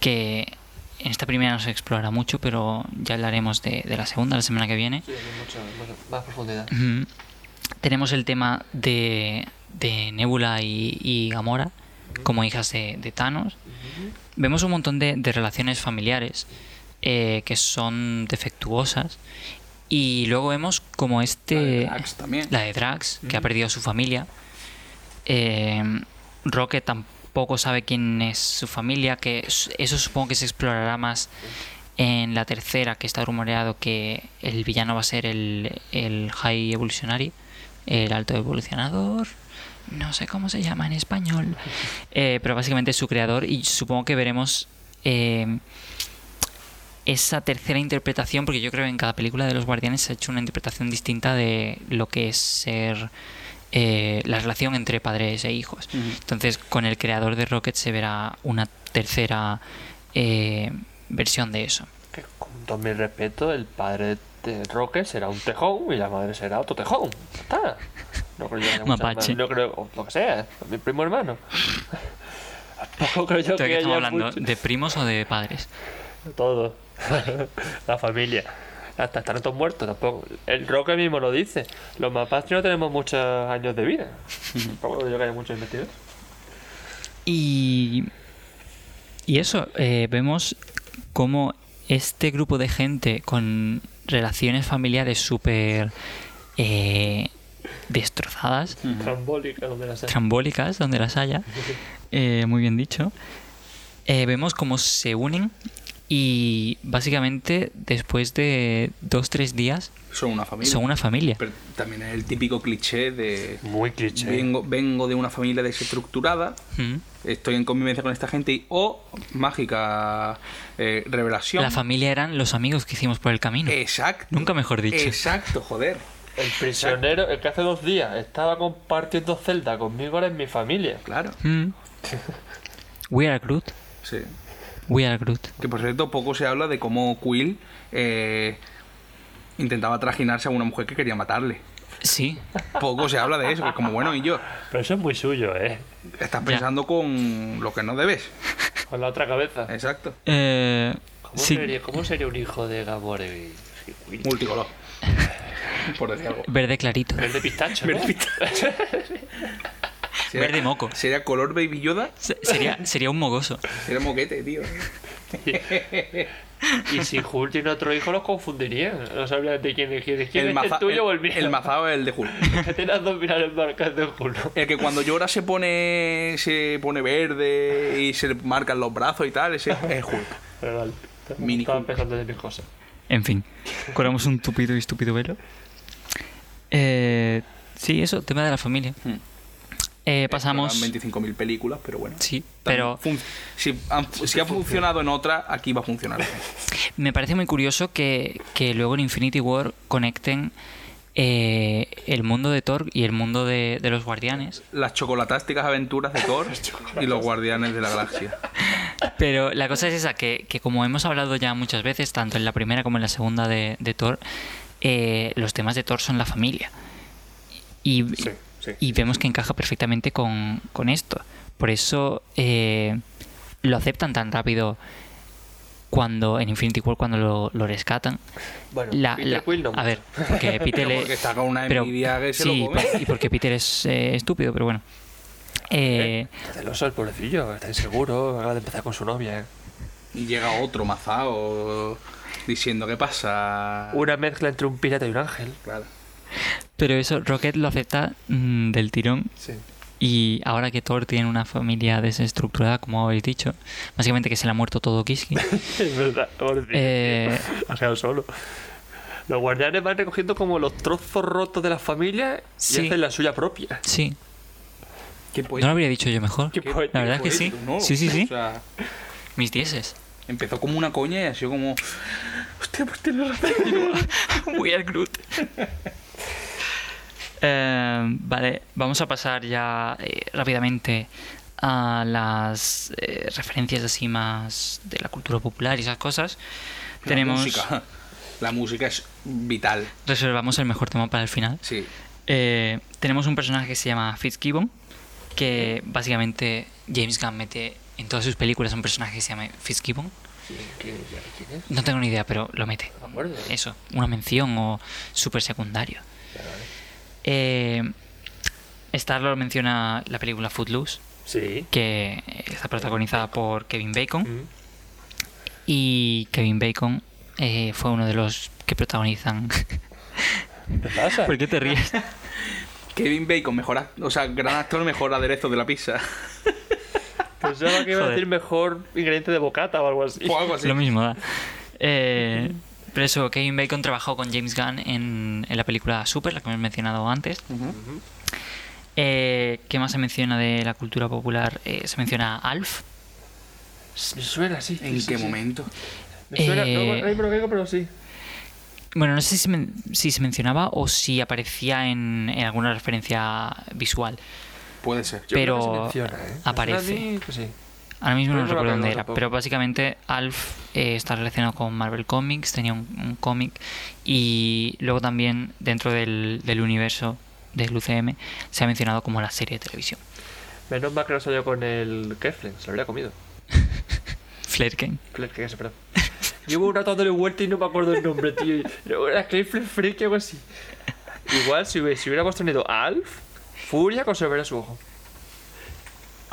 que en esta primera no se explora mucho, pero ya hablaremos de, de la segunda la semana que viene. Sí, hay mucho, mucho- más profundidad. Ujú. Tenemos el tema de, de Nebula y, y Gamora como hijas de, de Thanos. Vemos un montón de, de relaciones familiares eh, que son defectuosas. Y luego vemos como este... Drax también. La de Drax, que ha perdido a su familia. Eh, Rocket tampoco sabe quién es su familia, que s- eso supongo que se explorará más en la tercera, que está rumoreado que el villano va a ser el, el High Evolutionary, el alto evolucionador. No sé cómo se llama en español. Eh, pero básicamente es su creador y supongo que veremos... eh, esa tercera interpretación, porque yo creo que en cada película de los Guardianes se ha hecho una interpretación distinta de lo que es ser eh, la relación entre padres e hijos. Entonces, con el creador de Rocket se verá una tercera eh, eh, versión de eso. Que con todo mi respeto, el padre de Roque será un tejón y la madre será otro tejón. Ya Está. No creo yo que haya muchas Mapache. más- No creo, o lo que sea, mi primo hermano. Tampoco creo yo ¿De que qué estamos haya hablando? mucho- ¿De primos o de padres? Todo. la familia. Hasta están todos muertos tampoco. El Roque mismo lo dice. Los mapaches no tenemos muchos años de vida. Tampoco creo yo que haya muchos investigadores. Y, y eso, eh, vemos cómo este grupo de gente con relaciones familiares súper eh, destrozadas, Trambólica, donde las hay. trambólicas, donde las haya, eh, muy bien dicho, eh, vemos cómo se unen y básicamente después de dos, tres días Son una familia. son una familia. Pero también es el típico cliché de. Muy cliché. Vengo, vengo de una familia desestructurada, Mm. estoy en convivencia con esta gente y. ¡Oh! Mágica eh, revelación. La familia eran los amigos que hicimos por el camino. Eh. Exacto. Nunca mejor dicho. Exacto, joder. El prisionero, el que hace dos días estaba compartiendo celda conmigo, ahora es mi familia. Claro. Mm. We are Groot. Sí. We are Groot. Que por cierto, poco se habla de cómo Quill eh, intentaba trajinarse a una mujer que quería matarle. Sí, Poco se habla de eso, que es como bueno, y yo, Pero eso es muy suyo, ¿eh? estás pensando con lo que no debes. Con la otra cabeza. Exacto. Eh, ¿Cómo, sí, sería, cómo sería un hijo de Gamora y y- Multicolor. Por decir algo. verde clarito. Verde pistacho, ¿no? Verde moco. Sería color baby Yoda, Se- Sería, sería un mogoso. sería moquete, tío. Y si Hulk tiene otro hijo, los confundirían. No sabrían de quién es quién. es ¿Quién es maza- el tuyo o el mío? el mazao es el de Hulk. Que Tenías dos finales marcas de Hulk. El que cuando llora se pone se pone verde y se le marcan los brazos y tal, ese es Hulk. Pero vale. Mini Estaba Hulk. pensando de mis cosas. En fin, corramos un tupido y estúpido velo. Eh, sí, eso, tema de la familia. Hmm. Eh, pasamos. Eran 25.000 películas, pero bueno. Sí, También pero fun- si, han- si ha funcionado en otra, aquí va a funcionar. me parece muy curioso que, que luego en Infinity War conecten eh, el mundo de Thor y el mundo de, de los guardianes. Las chocolatásticas aventuras de Thor y los guardianes de la galaxia. Pero la cosa es esa, que, que como hemos hablado ya muchas veces, tanto en la primera como en la segunda de, de Thor, eh, los temas de Thor son la familia. Y, y vemos que encaja perfectamente con, con esto. Por eso eh, lo aceptan tan rápido cuando en Infinity War cuando lo, lo rescatan. Bueno, La- Peter la- Quill no a ver, porque Peter Pero le- porque está con una pero- envidia que se sí, lo come. por- y porque Peter es eh, estúpido, pero bueno. Eh, Está celoso el pobrecillo. Está inseguro. Acaba de empezar con su novia. ¿eh? Y llega otro mazao diciendo qué pasa. Una mezcla entre un pirata y un ángel. Claro. pero eso, Rocket lo acepta mm, del tirón Sí. Y ahora que Thor tiene una familia desestructurada, como habéis dicho, básicamente que se le ha muerto todo Kiski. Es verdad. pobrecillo. Eh, Ha quedado solo. Los guardianes van recogiendo como los trozos rotos de la familia y Sí. hacen la suya propia. sí, ¿Qué no lo habría dicho yo mejor. Qué La poético. verdad es que sí. Sí, sí, sí. Pues O sea, Mis dieces. empezó como una coña y ha sido como. Hostia, pues tienes razón. We are Groot. Eh, vale, vamos a pasar ya eh, rápidamente a las eh, referencias así más de la cultura popular y esas cosas. Tenemos. La música. La música es vital. Reservamos el mejor tema para el final. Sí. Eh, tenemos un personaje que se llama Fitzgibbon, que básicamente James Gunn mete en todas sus películas un personaje que se llama Fitzgibbon. ¿Quién quién es? No tengo ni idea, pero lo mete. No me acuerdo. Eso, una mención o súper secundario. Eh, Star-Lord menciona la película Footloose, Sí. que está protagonizada por Kevin Bacon. Mm. Y Kevin Bacon eh, fue uno de los que protagonizan... ¿Qué pasa? ¿Por qué te ríes? Kevin Bacon, mejor. act- O sea, gran actor, mejor aderezo de la pizza. Pensaba que iba a Joder. decir mejor ingrediente de bocata o algo así. O algo así. Lo mismo da. Eh, pero eso, Kevin Bacon trabajó con James Gunn en, en la película Super, la que hemos mencionado antes. Eh, ¿Qué más se menciona de la cultura popular? Eh, se menciona Alf. Me suena así. ¿En qué momento? Me suena, Eh, no, ahora mismo no caigo, pero sí. Bueno, no sé si, men- si se mencionaba o si aparecía en, en alguna referencia visual. Puede ser. Yo creo que pero se menciona, ¿eh? Me suena a aparece. mí que sí. Ahora mismo No no, me recuerdo acuerdo dónde era, tampoco. pero básicamente Alf eh, está relacionado con Marvel Comics, tenía un, un cómic y luego también dentro del, del universo del UCM se ha mencionado como la serie de televisión. Menos mal que no salió con el Keflen, se lo habría comido. Flair Kane. Keflen, que se perdón. Llevo un rato dándole vuelta y no me acuerdo el nombre, tío. No, Era Keflen Freak o algo así. Igual, si, hubi- si hubiéramos tenido a Alf, Furia conservaría su ojo.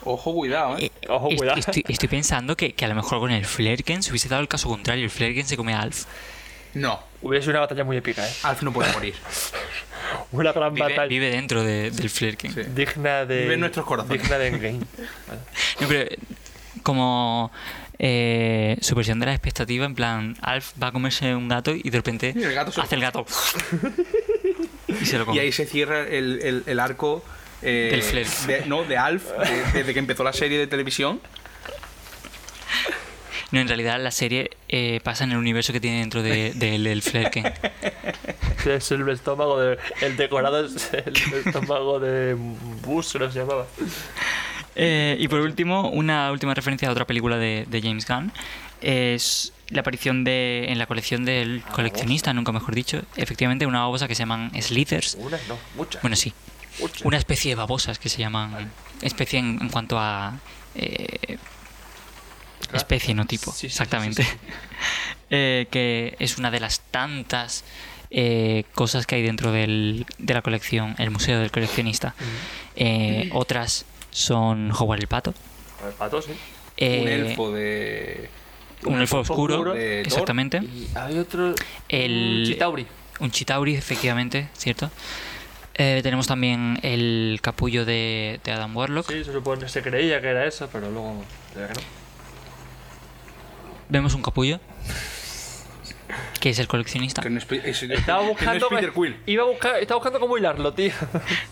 Ojo, cuidado, ¿eh? Eh, Ojo, est- cuidado. Estoy, estoy pensando que, que a lo mejor con el Flerken se hubiese dado el caso contrario. El Flerken se come a Alf. No, Hubiera sido una batalla muy épica, ¿eh? Alf no puede morir. Una gran Vive, batalla. vive dentro de- del Flerken. Sí. Digna de. Vive en nuestros corazones. Digna de Endgame. No, pero eh, como eh, su versión de la expectativa, en plan, Alf va a comerse un gato y de repente Y el gato se- hace el gato. y se lo come. Y ahí se cierra el, el- el arco. eh, Del Flair. de- no, de Alf, de- desde que empezó la serie de televisión. No, en realidad la serie eh, pasa en el universo que tiene dentro de- del del Flerken. Es el estómago de. El decorado es el estómago de. Bus, creo que se llamaba. Eh, y por último, una última referencia a otra película de, de James Gunn. Es la aparición de, en la colección del Ah, coleccionista, nunca mejor dicho. Efectivamente, una babosa que se llaman Slithers. Una, no, muchas. Bueno, sí. muchas. Una especie de babosas que se llaman. Especie en, en cuanto a. eh, especie, no tipo. Sí, sí, sí, exactamente. sí, Eh, que es una de las tantas eh, cosas que hay dentro del, de la colección, el museo del coleccionista. Eh, otras son Howard el Pato. Joder, pato, sí. eh, un elfo de. un elfo elfo oscuro, oscuro de Thor exactamente. Y hay otro. El- Chitauri. Un Chitauri, efectivamente, ¿cierto? Eh, tenemos también el capullo de, de Adam Warlock. Sí, se supone que se creía que era eso, pero luego. de verdad que no. Vemos un capullo, que es el coleccionista. Que no es, Pe- es- Estaba que no es buscando. Peter Quill. Iba a buscar, estaba buscando cómo hilarlo, tío.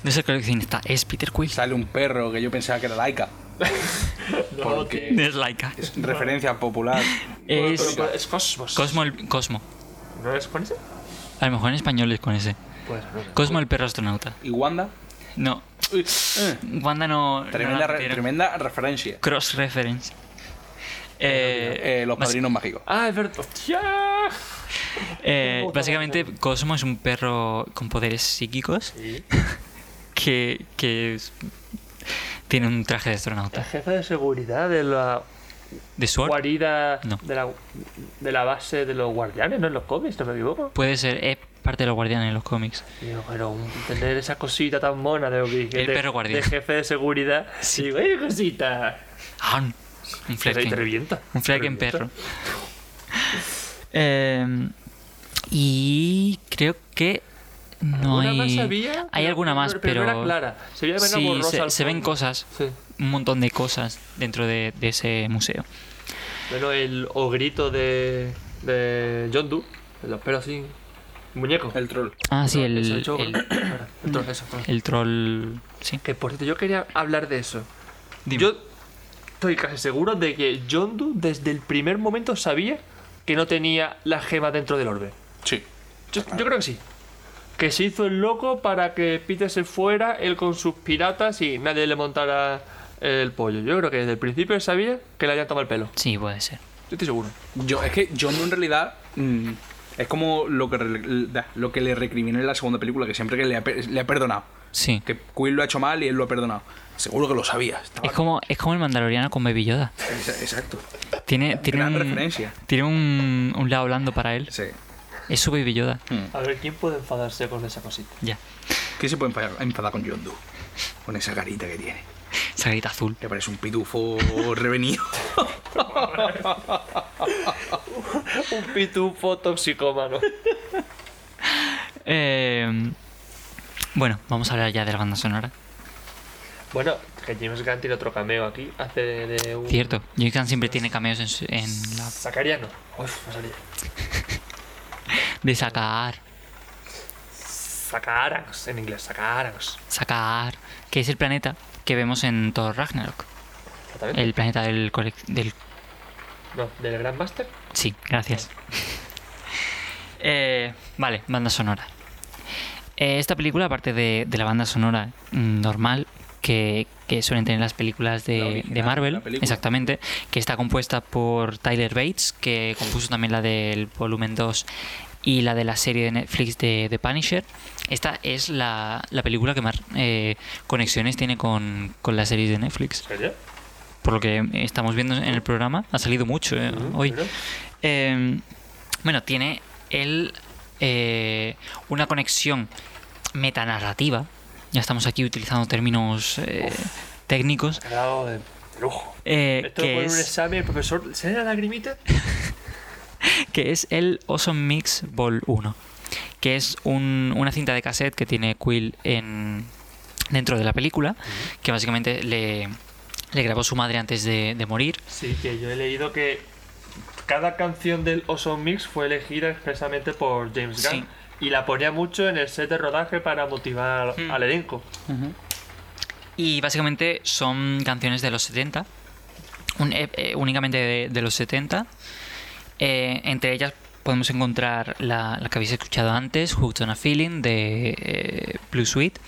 No es el coleccionista, es Peter Quill. Sale un perro que yo pensaba que era laica. porque No es Laika. es referencia popular. Es es Cosmos. Cosmo, el- Cosmo. ¿No es con ese? A lo mejor en español es con ese. Pues no. Cosmo el perro astronauta. Y Wanda. No, uy, eh, Wanda no. no tremenda, la re- metieron. tremenda referencia. Cross reference. Eh, Eh, los más- padrinos mágicos. Ah, es verdad. ¡Hostia! Eh, básicamente, Cosmo es un perro con poderes psíquicos que, que es- tiene un traje de astronauta. Jefe de seguridad de la ¿De Sword? guarida No. de, la, de la base de los guardianes, no en los cómics, no me equivoco. Puede ser, es parte de los guardianes en los cómics. Digo, pero un- tener esa cosita tan mona de, de, El perro guardián. de jefe de seguridad. Sí. Digo, ¡eh, cosita! Ah, un- un Pues ahí te fleque. revienta. Un fleque en Te revienta. perro. Eh, y creo que no ¿Alguna hay. más había? Hay alguna más, Pero pero. no era clara. Se veía menos Sí, borrosa se- al se ven fondo. cosas, Sí. un montón de cosas dentro de, de ese museo. Bueno, el ogrito de, de John Doe, los pelos así. Muñeco. El troll. Ah, sí, el, Eso, el chorro. el, Espera, el troll, eso, troll. el troll. Sí. Que por cierto, yo quería hablar de eso. Dime. Yo estoy casi seguro de que John Doe desde el primer momento sabía que no tenía la gema dentro del orbe. Sí. Yo, yo creo que sí. Que se hizo el loco para que Peter se fuera, él con sus piratas y nadie le montara el pollo. Yo creo que desde el principio él sabía que le habían tomado el pelo. Sí, puede ser. Yo estoy seguro. Yo, es que John Doe en realidad mm, es como lo que, re- da- lo que le recriminé en la segunda película, que siempre que le ha, pe- le ha perdonado. Sí. Que Quill lo ha hecho mal y él lo ha perdonado. Seguro que lo sabía. estaba- Es como, es como el mandaloriano con Baby Yoda. Exa- Exacto. Tiene, tiene, Gran un, referencia. tiene un, un lado blando para él. Sí. Es su Baby Yoda. A ver, ¿quién puede enfadarse con esa cosita? Ya. ¿Qué se puede enfadar, enfadar con John Doe? Con esa carita que tiene. Esa grita azul. Que parece un pitufo revenido. Un pitufo toxicómano. Eh, bueno, vamos a hablar ya de la banda sonora. bueno, que James Gunn tiene otro cameo aquí. Hace de, de un. Cierto. James Gunn siempre tiene cameos en, su- en la- Sacariano. Uf, me salía. de sacar, Sakarax, en inglés, Sakarax. sacar, que es el planeta que vemos en Thor Ragnarok. Exactamente. El planeta del, colec- del No, del Grand Master. Sí, gracias. Eh, vale, banda sonora. Eh, esta película, aparte de, de la banda sonora mm, normal, que, que suelen tener las películas de, La original, de Marvel, la película. exactamente, que está compuesta por Tyler Bates, que compuso también la del volumen 2 y la de la serie de Netflix de The Punisher. Esta es la, la película que más eh, conexiones tiene con, con la serie de Netflix. ¿Serio? Por lo que estamos viendo en el programa, ha salido mucho eh, Mm, hoy. mira. Eh, bueno, tiene él eh, una conexión metanarrativa. Ya estamos aquí utilizando términos eh, técnicos. Ha quedado de lujo. eh, Esto por que, un es, examen, el profesor, ¿se le da la lagrimita? que es el Awesome Mix Vol 1. Que es un- una cinta de cassette que tiene Quill en, dentro de la película. Que básicamente le, le grabó su madre antes de- de morir. Sí, que yo he leído que cada canción del Awesome Mix fue elegida expresamente por James Gunn. Sí. Y la ponía mucho en el set de rodaje para motivar al- Mm. al elenco. Y básicamente son canciones de los 70, un- eh, eh, únicamente de, de los 70. Eh, entre ellas podemos encontrar la, la que habéis escuchado antes, Hooked on a Feeling, de eh, Blue Suite,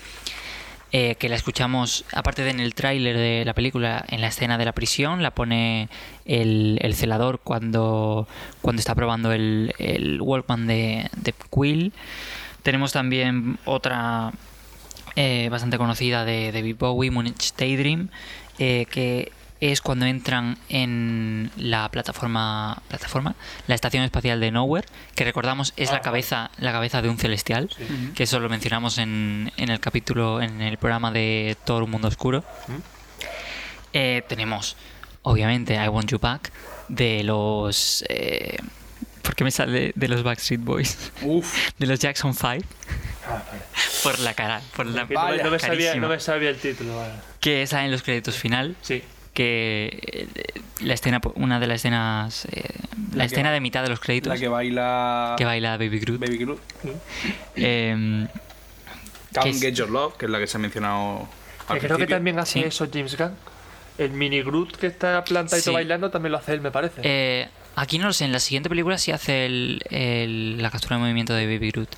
eh, que la escuchamos, aparte de en el tráiler de la película, en la escena de la prisión, la pone el, el celador cuando, cuando está probando el, el Walkman de, de Quill. Tenemos también otra eh, bastante conocida de David Bowie, Munich Daydream, eh, que es cuando entran en la plataforma, plataforma, la estación espacial de Nowhere, que recordamos es la cabeza, la cabeza de un celestial, que eso lo mencionamos en, en el capítulo, en el programa de Todo un mundo oscuro. Eh, tenemos, obviamente, I Want You Back de los, eh, ¿por qué me sale de los Backstreet Boys? Uf, De los Jackson 5 por la cara, por la Que no, me- no me sabía, carísima. no me sabía el título. vale. que sale en los créditos final Sí. que eh, la escena una de las escenas eh, la, La que- escena de mitad de los créditos la que que, baila baila Baby Groot Baby Groot. Eh, Come es- Get Your Love, que es la que se ha mencionado al Que creo que principio. también hace Sí. eso James Gunn. El mini Groot que está plantadito Sí. bailando también lo hace él, me parece. eh, aquí no lo sé en la siguiente película sí hace el- el- la captura de movimiento de Baby Groot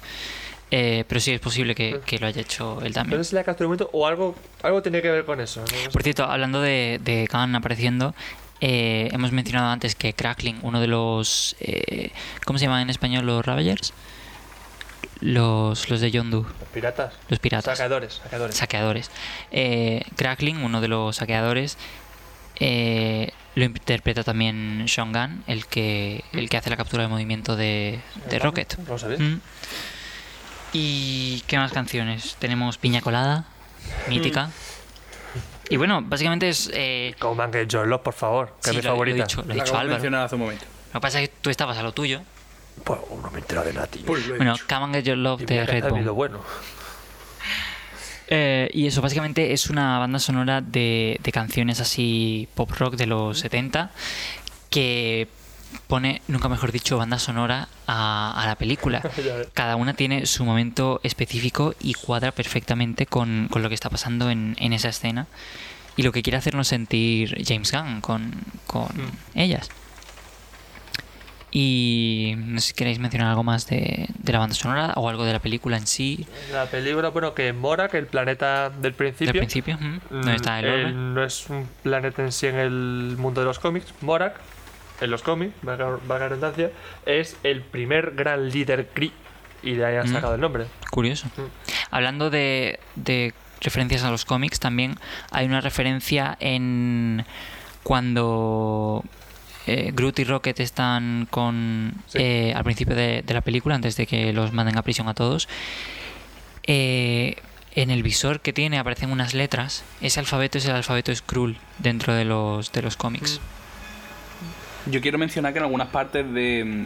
Eh, pero sí es posible que, que lo haya hecho él no también sé si la captura de momento o algo, algo tiene que ver con eso. ¿no? Por cierto, hablando de, de Khan apareciendo, eh, hemos mencionado antes que Crackling, uno de los. eh, ¿Cómo se llaman en español los Ravagers? Los, los de Yondu, Los piratas. los piratas. Saqueadores. saqueadores. Saqueadores. Eh, Crackling, uno de los saqueadores, eh, lo interpreta también Sean Gunn, el que, el que hace la captura de movimiento de, de Rocket. No lo sabía. Mm. ¿Y qué más canciones? Tenemos Piña Colada, Mm. mítica. Y bueno, básicamente es. eh, Coman que John Love, por favor, sí, que es mi lo- favorita. Lo, he dicho, lo he la dicho acabo de Álvaro. mencionar hace un momento. Lo que pasa es que tú estabas a lo tuyo. Pues uno me entera de Nati. Pues lo he Bueno, dicho. Come and Get Your Love Y de mira que Red está Bull. lo bueno. Eh, y eso, básicamente es una banda sonora de, de canciones así pop rock de los 70 que pone, nunca mejor dicho, banda sonora a, a la película. Ya ves. Cada una tiene su momento específico y cuadra perfectamente con, con lo que está pasando en, en esa escena y lo que quiere hacernos sentir James Gunn con, con Mm. ellas. Y no sé si queréis mencionar algo más de, de la banda sonora o algo de la película en sí, La película, bueno, que Mora, que el planeta del principio. del principio. ujú, mm, ¿Dónde está el eh, orbe? No es un planeta en sí en el mundo de los cómics. Morak, en los cómics, valga, valga la redundancia, es el primer gran líder Kree. Y de ahí han Mm. sacado el nombre. Curioso. Hablando de, de referencias a los cómics, también hay una referencia en cuando eh, Groot y Rocket están con Sí. eh, al principio de, de la película, antes de que los manden a prisión a todos. eh, en el visor que tiene aparecen unas letras. Ese alfabeto es el alfabeto Skrull dentro de los de los cómics. Yo quiero mencionar que en algunas partes de-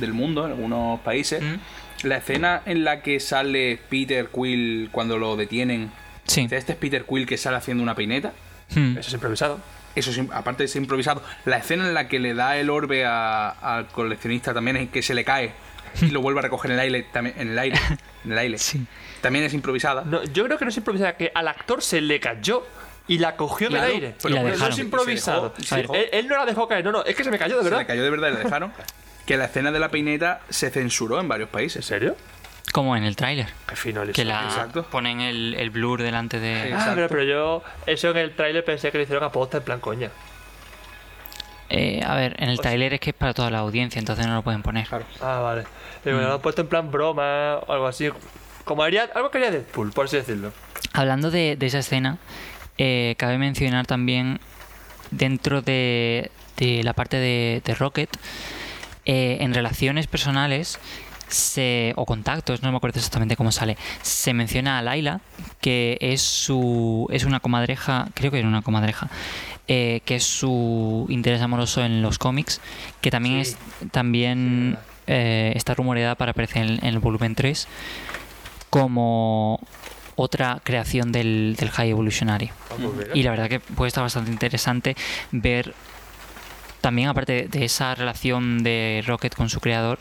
del mundo, en algunos países, ¿Mm? la escena en la que sale Peter Quill cuando lo detienen, Sí. dice, este es Peter Quill que sale haciendo una peineta, Mm. Eso es improvisado. eso es im- aparte de ser improvisado, la escena en la que le da el orbe a- al coleccionista también es que se le cae y lo vuelve a recoger en el aire, también, en el aire, en el aire. Sí. También es improvisada. No, yo creo que no es improvisado, que al actor se le cayó y la cogió en el Claro, aire. y la no dejaron. es improvisado. Se dejó, se él, él no la dejó caer, no, no, es que se me cayó de Se verdad. le cayó de verdad y la dejaron. Que la escena de la peineta se censuró en varios ¿En países. serio? como en el tráiler. Qué fino el Que Sonic. la Exacto. ponen el, el blur delante de. Ah, Exacto. pero, pero yo, eso en el tráiler pensé que lo hicieron aposta en plan coña. Eh, a ver, en el O sea- tráiler es que es para toda la audiencia, entonces no lo pueden poner. Pues Claro. Ah, vale. Pero me lo han puesto en plan broma o algo así. Como haría, algo que haría Deadpool, por así decirlo. Hablando de, de esa escena, eh, cabe mencionar también dentro de, de la parte de, de Rocket, eh, en relaciones personales se, o contactos, no me acuerdo exactamente cómo sale, se menciona a Laila, que es su es una comadreja, creo que era una comadreja, eh, que es su interés amoroso en los cómics, que también, Sí. es, también eh, está rumoreada para aparecer en, en el volumen 3 como otra creación del, del High Evolutionary. Ah, pues mira. Y la verdad que puede estar bastante interesante ver también, aparte de- de esa relación de Rocket con su creador,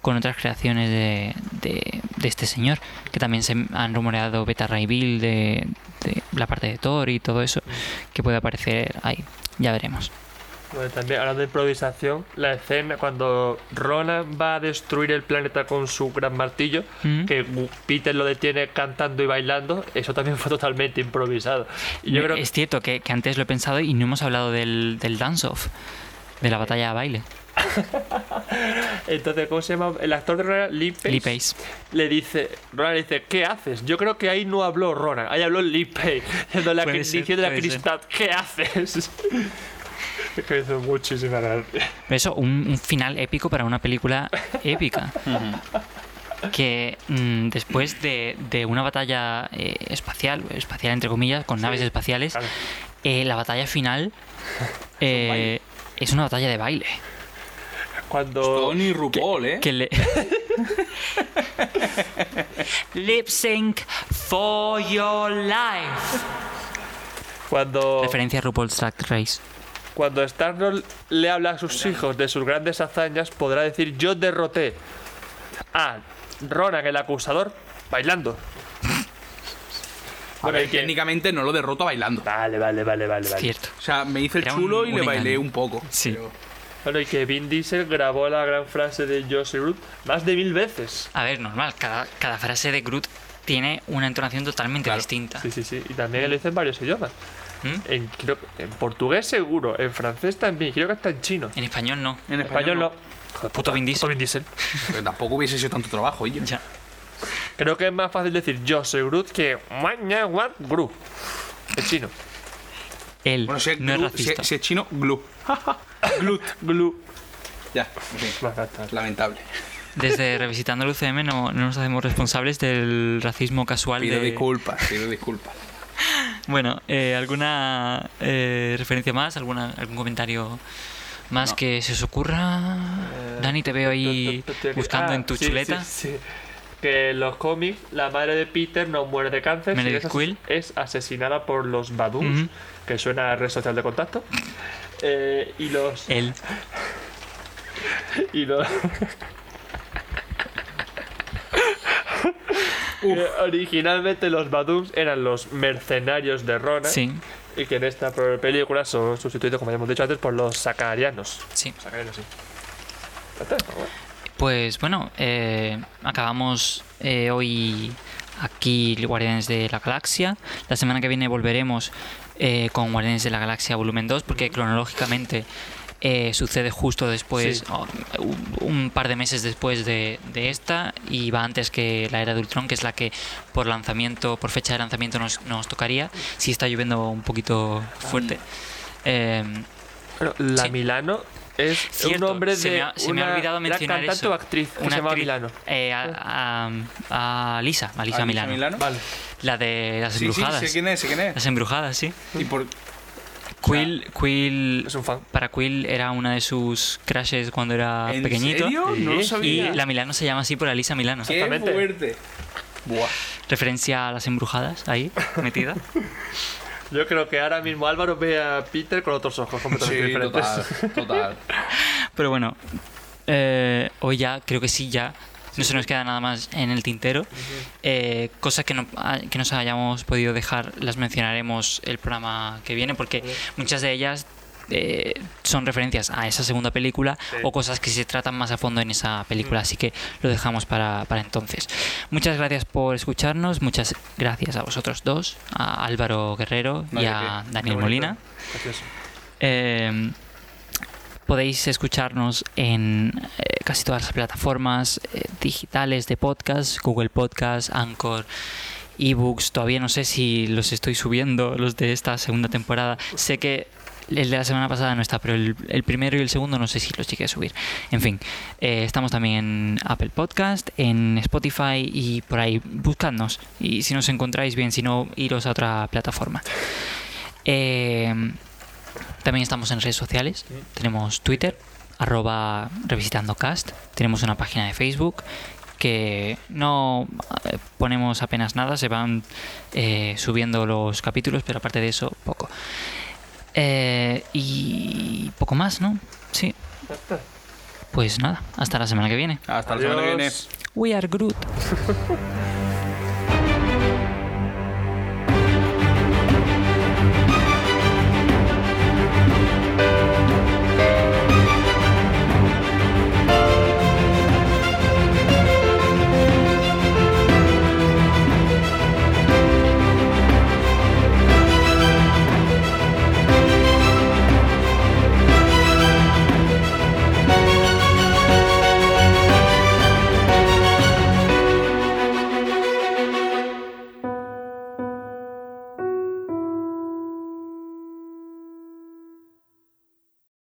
con otras creaciones de, de- de este señor, que también se han rumoreado Beta Ray Bill de, de la parte de Thor y todo eso, que puede aparecer ahí. Ya veremos. Bueno, también hablando de improvisación, la escena cuando Ronan va a destruir el planeta con su gran martillo, Ujú. que Gu- Peter lo detiene cantando y bailando, eso también fue totalmente improvisado. Y yo creo que Mm. Es cierto que, que antes lo he pensado y no hemos hablado del, del dance-off, de la batalla a baile. entonces, ¿cómo se llama? El actor de Ronan, Lee Pace, Lee Pace. le dice, Ronan le dice, ¿qué haces? Yo creo que ahí no habló Ronan, ahí habló Lee Pace, diciendo la, Puede ser, diciendo la puede ser. Cristad, ¿qué haces? Es que me hizo muchísima gracia. Pero eso, un, un final épico para una película épica. que mm, después de, de una batalla eh, espacial, espacial entre comillas, con naves espaciales, claro. eh, la batalla final eh, es una batalla de baile. Cuando... Tony RuPaul, ¿eh? Que le... Lip sync for your life. cuando... Oh. Referencia a RuPaul's Drag Race. Cuando Starlord le habla a sus hijos de sus grandes hazañas, podrá decir yo derroté a Ronan el acusador bailando. A Bueno, ver, y que- técnicamente no lo derroto bailando. Vale, vale, vale, vale, vale. Cierto. O sea, me hice el Era un- chulo y un le bailé engaño. un poco. Sí. pero- Bueno, y que Vin Diesel grabó la gran frase de Josie Root más de mil veces. A ver, normal, cada, cada frase de Groot tiene una entonación totalmente Claro. distinta. Sí, sí, sí. Y también lo hizo en varios idiomas. ¿Mm? En, creo- en portugués seguro, en francés también, creo que hasta en chino. En español no. En En español no. Joder, Puto Vin Diesel. Vin Diesel. Pero tampoco hubiese sido tanto trabajo, oye. Ya. Creo que es más fácil decir yo soy Groot que "Mua, ña, gua, Groot. En chino. Él Bueno, si es, no es glu- si racista. es- si es chino, glue. Glut. Glu. Ya, en fin, Más gastar. lamentable. Desde Revisitando el UCM no, no nos hacemos responsables del racismo casual Pido de... disculpas, pido disculpas. Bueno, eh, ¿alguna eh, referencia más? ¿Alguna, ¿Algún comentario más que se os ocurra? Dani, te veo ahí buscando Ah, en tu sí, chuleta. sí, sí. Que en los cómics la madre de Peter no muere de cáncer, sino Meredith es, as- Quill. es asesinada por los Badoons, Ujú. que suena a red social de contacto. Eh, y los. Él. Y los Eh, originalmente los Badoons eran los mercenarios de Ronan Sí, y que en esta pro- película son sustituidos, como ya hemos dicho antes, por los sacarianos. sí. Sacarianos, sí. Ya está, bueno. Pues bueno, eh, acabamos eh, hoy aquí Guardianes de la Galaxia. La semana que viene volveremos eh, con Guardianes de la Galaxia Volumen 2 porque cronológicamente eh, sucede justo después, Sí. o, un, un par de meses después de, de esta y va antes que la era de Ultron, que es la que por lanzamiento, por fecha de lanzamiento nos, nos tocaría. Si está lloviendo un poquito fuerte. Em, Bueno, la Sí. Milano es Cierto, un nombre de se me ha- se me una ha olvidado gran mencionar cantante eso. o actriz que se una llama actriz, Milano. eh, a, a- a Lisa, a Lisa ¿Alisa Milano. Vale. La de las Sí, sí, embrujadas. sé quién es, sé quién es. Las embrujadas, sí. Y por... Quill, Quill, Es un fan. para Quill era una de sus crashes cuando era ¿En pequeñito. serio? No lo Sí. Y sabía. la Milano se llama así por Alisa Milano. ¡Qué Exactamente. fuerte! Buah. Referencia a las embrujadas ahí, metida. Yo creo que ahora mismo Álvaro ve a Peter con otros ojos completamente Sí, diferentes. total, total. Pero bueno, eh, hoy ya, creo que sí, ya. No se nos queda nada más en el tintero. Eh, cosas que, no, ah, que nos hayamos podido dejar las mencionaremos el programa que viene porque muchas de ellas eh, son referencias a esa segunda película Sí. Mm. o cosas que se tratan más a fondo en esa película. Así que lo dejamos para, para entonces. Muchas gracias por escucharnos. Muchas gracias a vosotros dos, a Álvaro Guerrero No y hay de a qué. Daniel bonito. Molina. Precioso. Eh, podéis escucharnos en eh, casi todas las plataformas eh, digitales de podcast, Google Podcast, Anchor, eBooks. Todavía no sé si los estoy subiendo, los de esta segunda temporada. Sé que el de la semana pasada no está, pero el, el primero y el segundo no sé si los llegué a subir. En fin, eh, estamos también en Apple Podcast, en Spotify y por ahí buscadnos. Y si nos encontráis bien, si no, iros a otra plataforma. Eh, también estamos en redes sociales. Tenemos Twitter, arroba revisitandocast. Tenemos una página de Facebook que no eh, ponemos apenas nada, se van eh, subiendo los capítulos, pero aparte de eso, poco. Eh, y poco más, ¿no? Sí. Pues nada, hasta la semana que viene. Hasta la semana que viene. Adiós. We are Groot.